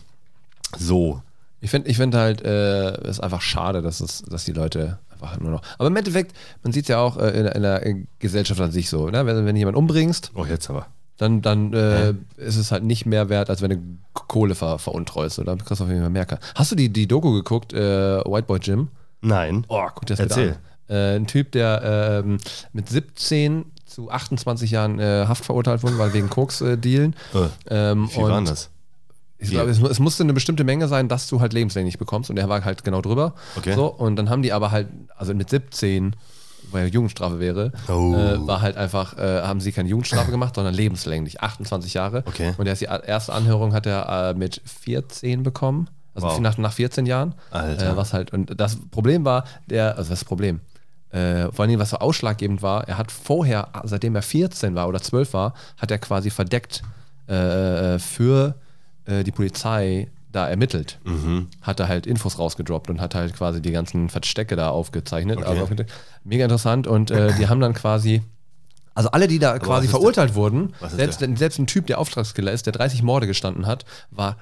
So.
Ich finde ich find halt, äh, es ist einfach schade, dass, es, dass die Leute einfach nur noch. Aber im Endeffekt, man sieht es ja auch äh, in, in der Gesellschaft an sich so. Ne? Wenn, wenn du jemanden umbringst,
Oh, jetzt aber.
dann, dann äh, ist es halt nicht mehr wert, als wenn du K- Kohle ver, veruntreust. Oder dann kriegst du auf jeden Fall mehr. Ka- Hast du die, die Doku geguckt, äh, White Boy Jim?
Nein.
Oh, guck dir das
Erzähl.
bitte an. Äh, ein Typ, der ähm, mit 17 zu 28 Jahren äh, Haft verurteilt wurde, weil wegen Koks-Dealen.
Äh,
ähm,
Wie
und
war das?
ich glaube, es, mu- es musste eine bestimmte Menge sein, dass du halt lebenslänglich bekommst. Und er war halt genau drüber.
Okay.
So, und dann haben die aber halt, also mit 17, weil Jugendstrafe wäre,
Oh.
äh, war halt einfach, äh, haben sie keine Jugendstrafe gemacht, sondern lebenslänglich, 28 Jahre.
Okay.
Und erst die a- erste Anhörung hat er äh, mit 14 bekommen. Also
Wow.
nach, nach 14 Jahren.
Alter.
Äh, was halt, und das Problem war, der, also das Problem, äh, vor allem was so ausschlaggebend war, er hat vorher, seitdem er 14 war oder 12 war, hat er quasi verdeckt äh, für äh, die Polizei da ermittelt.
Mhm.
Hat er halt Infos rausgedroppt und hat halt quasi die ganzen Verstecke da aufgezeichnet. Also aufgedeckt. mega interessant und äh, die haben dann quasi. Also alle, die da quasi
was ist
verurteilt wurden,
was ist
selbst, selbst ein Typ, der Auftragskiller ist, der 30 Morde gestanden hat, war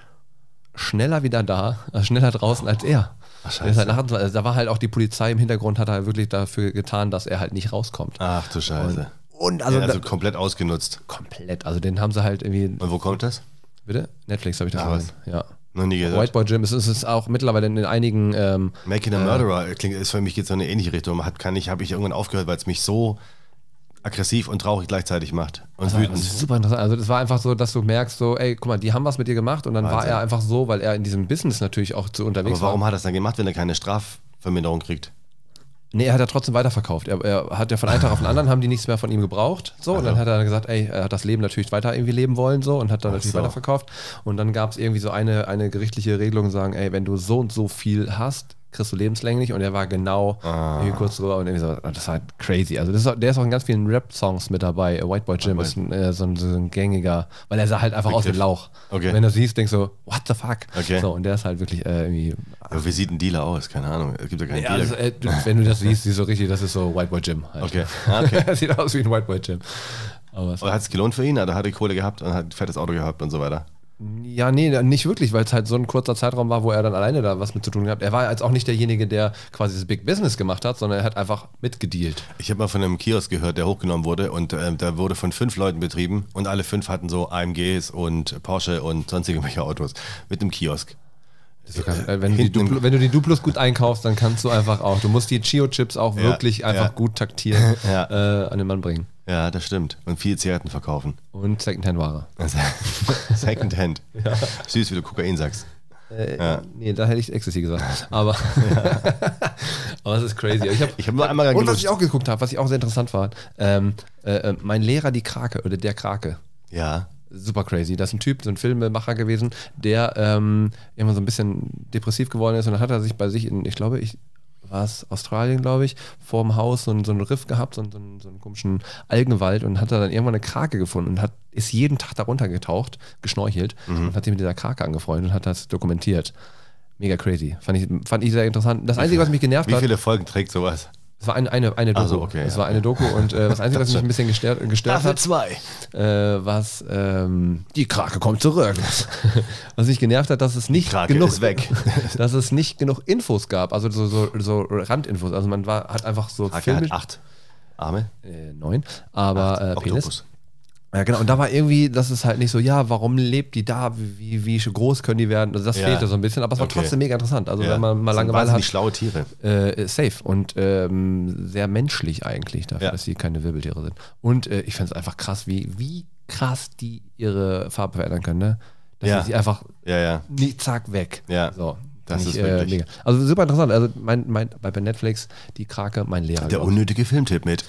schneller wieder da, also schneller draußen als er.
scheiße.
Der ist halt nach,
Ah.
also da war halt auch die Polizei im Hintergrund, hat halt wirklich dafür getan, dass er halt nicht rauskommt.
Ach du Scheiße.
und also,
ja, also
da,
komplett ausgenutzt.
komplett. Also den haben sie halt irgendwie.
Und wo kommt das?
Bitte? Netflix habe ich das
Ah, was?
gesehen. Ja.
Noch nie gehört.
White Boy Jim, es ist, es ist auch mittlerweile in, in einigen. Ähm,
Making a Murderer klingt, ist für mich geht so in eine ähnliche Richtung. Hat, kann ich, habe ich irgendwann aufgehört, weil es mich so aggressiv und traurig gleichzeitig macht und
das
wütend.
ist super interessant. Also das war einfach so, dass du merkst, so, ey, guck mal, die haben was mit dir gemacht und dann war
Wahnsinn.
er einfach so, weil er in diesem Business natürlich auch zu unterwegs
Aber warum
war.
hat er es dann gemacht, wenn er keine Strafverminderung kriegt?
Nee, er hat ja trotzdem weiterverkauft. Er, er hat ja von einem Tag auf den anderen haben die nichts mehr von ihm gebraucht. So, und dann hat er gesagt, ey, er hat das Leben natürlich weiter irgendwie leben wollen so und hat dann natürlich
so.
weiterverkauft. Und dann gab es irgendwie so eine, eine gerichtliche Regelung, sagen, ey, wenn du so und so viel hast, kriegst du lebenslänglich. Und er war genau
Ah.
irgendwie kurz drüber und irgendwie so, das war halt crazy. Also das ist, auch- der ist auch in ganz vielen Rap-Songs mit dabei. White Boy Jim ist ein, äh, so, ein, so ein gängiger, weil er sah halt einfach aus wie
Begriff.
Lauch.
Okay.
Wenn du siehst, denkst du, what the fuck?
Okay.
So, und der ist halt wirklich äh, irgendwie
Aber wie sieht ein Dealer aus? Keine Ahnung. Es gibt ja keinen
ja, also,
Dealer.
äh, du, wenn du das siehst, siehst du richtig, das ist so White Boy Jim. Halt.
Okay. Ah, okay.
Sieht aus wie ein White Boy Jim. Aber es,
Aber hat es gelohnt für ihn? Also Hat er hat die Kohle gehabt und hat ein fettes Auto gehabt und so weiter?
ja, nee, nicht wirklich, weil es halt so ein kurzer Zeitraum war, wo er dann alleine da was mit zu tun gehabt. Er war jetzt auch nicht derjenige, der quasi das Big Business gemacht hat, sondern er hat einfach mitgedealt.
Ich habe mal von einem Kiosk gehört, der hochgenommen wurde und ähm, der wurde von fünf Leuten betrieben und alle fünf hatten so AMGs und Porsche und sonstige welche Autos mit dem Kiosk.
Äh, Wenn, du die
hinten im-
Duplo, wenn du die Duplos gut einkaufst, dann kannst du einfach auch. Du musst die Chio-Chips auch
Ja,
wirklich einfach
ja.
gut taktieren
Ja.
äh, an den Mann bringen.
Ja, das stimmt. Und viel Zigaretten verkaufen.
Und Secondhand-Ware.
Also Secondhand. Süß, wie du Kokain sagst. Ja.
Äh, Nee, da hätte ich Ecstasy gesagt. Aber, aber es ist crazy. Ich habe
Ich hab nur einmal
Und was
gelutscht.
ich auch geguckt habe, was ich auch sehr interessant fand, ähm, äh, äh, mein Lehrer die Krake oder der Krake.
Ja.
Super crazy. Das ist ein Typ, so ein Filmemacher gewesen, der ähm, immer so ein bisschen depressiv geworden ist und dann hat er sich bei sich in, ich glaube, ich war es Australien, glaube ich, vorm Haus so, ein, so einen Riff gehabt, so, ein- so, einen, so einen komischen Algenwald und hat da dann irgendwann eine Krake gefunden und hat, ist jeden Tag darunter getaucht, geschnorchelt
Mhm.
und hat sich mit dieser Krake angefreundet und hat das dokumentiert. Mega crazy. Fand ich, fand ich sehr interessant. Das Einzige, was mich genervt
Wie
hat.
viele Folgen trägt sowas?
Es war eine, eine, eine Doku.
so, okay,
es
ja.
war eine Doku und äh, das Einzige, was mich ein bisschen gestört, gestört hat,
zwei.
äh, was ähm, die Krake kommt zurück. was mich genervt hat, dass es nicht
Krake
genug
ist weg.
dass es nicht genug Infos gab, also so, so, so Randinfos. Also man war hat einfach so
Hake
Filme-
hat acht Arme.
äh, neun, aber äh, Penis.
Oktopus.
Ja genau. Und da war irgendwie, das ist halt nicht so. Ja, warum lebt die da? Wie, wie groß können die werden? Also das
Ja.
fehlte so ein bisschen, aber es war
Okay.
trotzdem mega interessant. Also
Ja.
wenn man mal
Das sind
Langeweile
wahnsinnig
hat,
schlaue Tiere.
äh, safe und ähm, sehr menschlich eigentlich dafür,
Ja.
dass sie keine Wirbeltiere sind. Und äh, ich finde es einfach krass, wie, wie krass die ihre Farbe verändern können, ne? Dass
Ja.
sie sie einfach
Ja, ja.
nie, zack weg.
Ja.
So.
Das
Find
ist wirklich-
Also super interessant. Also mein, mein, bei bei Netflix, die Krake, mein Lehrer.
Der
geworden.
unnötige Filmtipp mit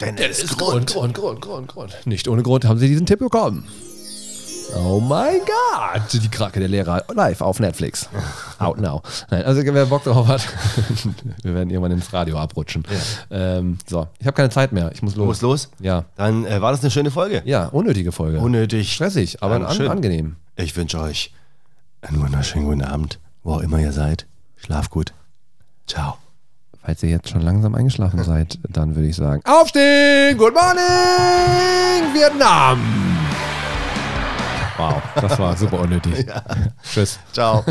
Dennis
Grund, Grund, Grund, Grund, Grund. Nicht ohne Grund haben sie diesen Tipp bekommen. Oh mein Gott, die Krake der Lehrer live auf Netflix. Out now. Nein, also wer Bock drauf hat, wir werden irgendwann ins Radio abrutschen. Ähm, so, ich habe keine Zeit mehr. Ich muss los.
Muss los.
Ja,
Dann äh, war das eine schöne Folge.
ja, unnötige Folge.
Unnötig.
Stressig, aber
Ja,
an,
schön.
angenehm.
Ich wünsche euch einen wunderschönen guten Abend, wo auch immer ihr seid. Schlaf gut. Ciao.
Falls ihr jetzt schon langsam eingeschlafen seid, dann würde ich sagen: Aufstehen! Good morning, Vietnam! Wow, das war super unnötig. Tschüss.
Ciao.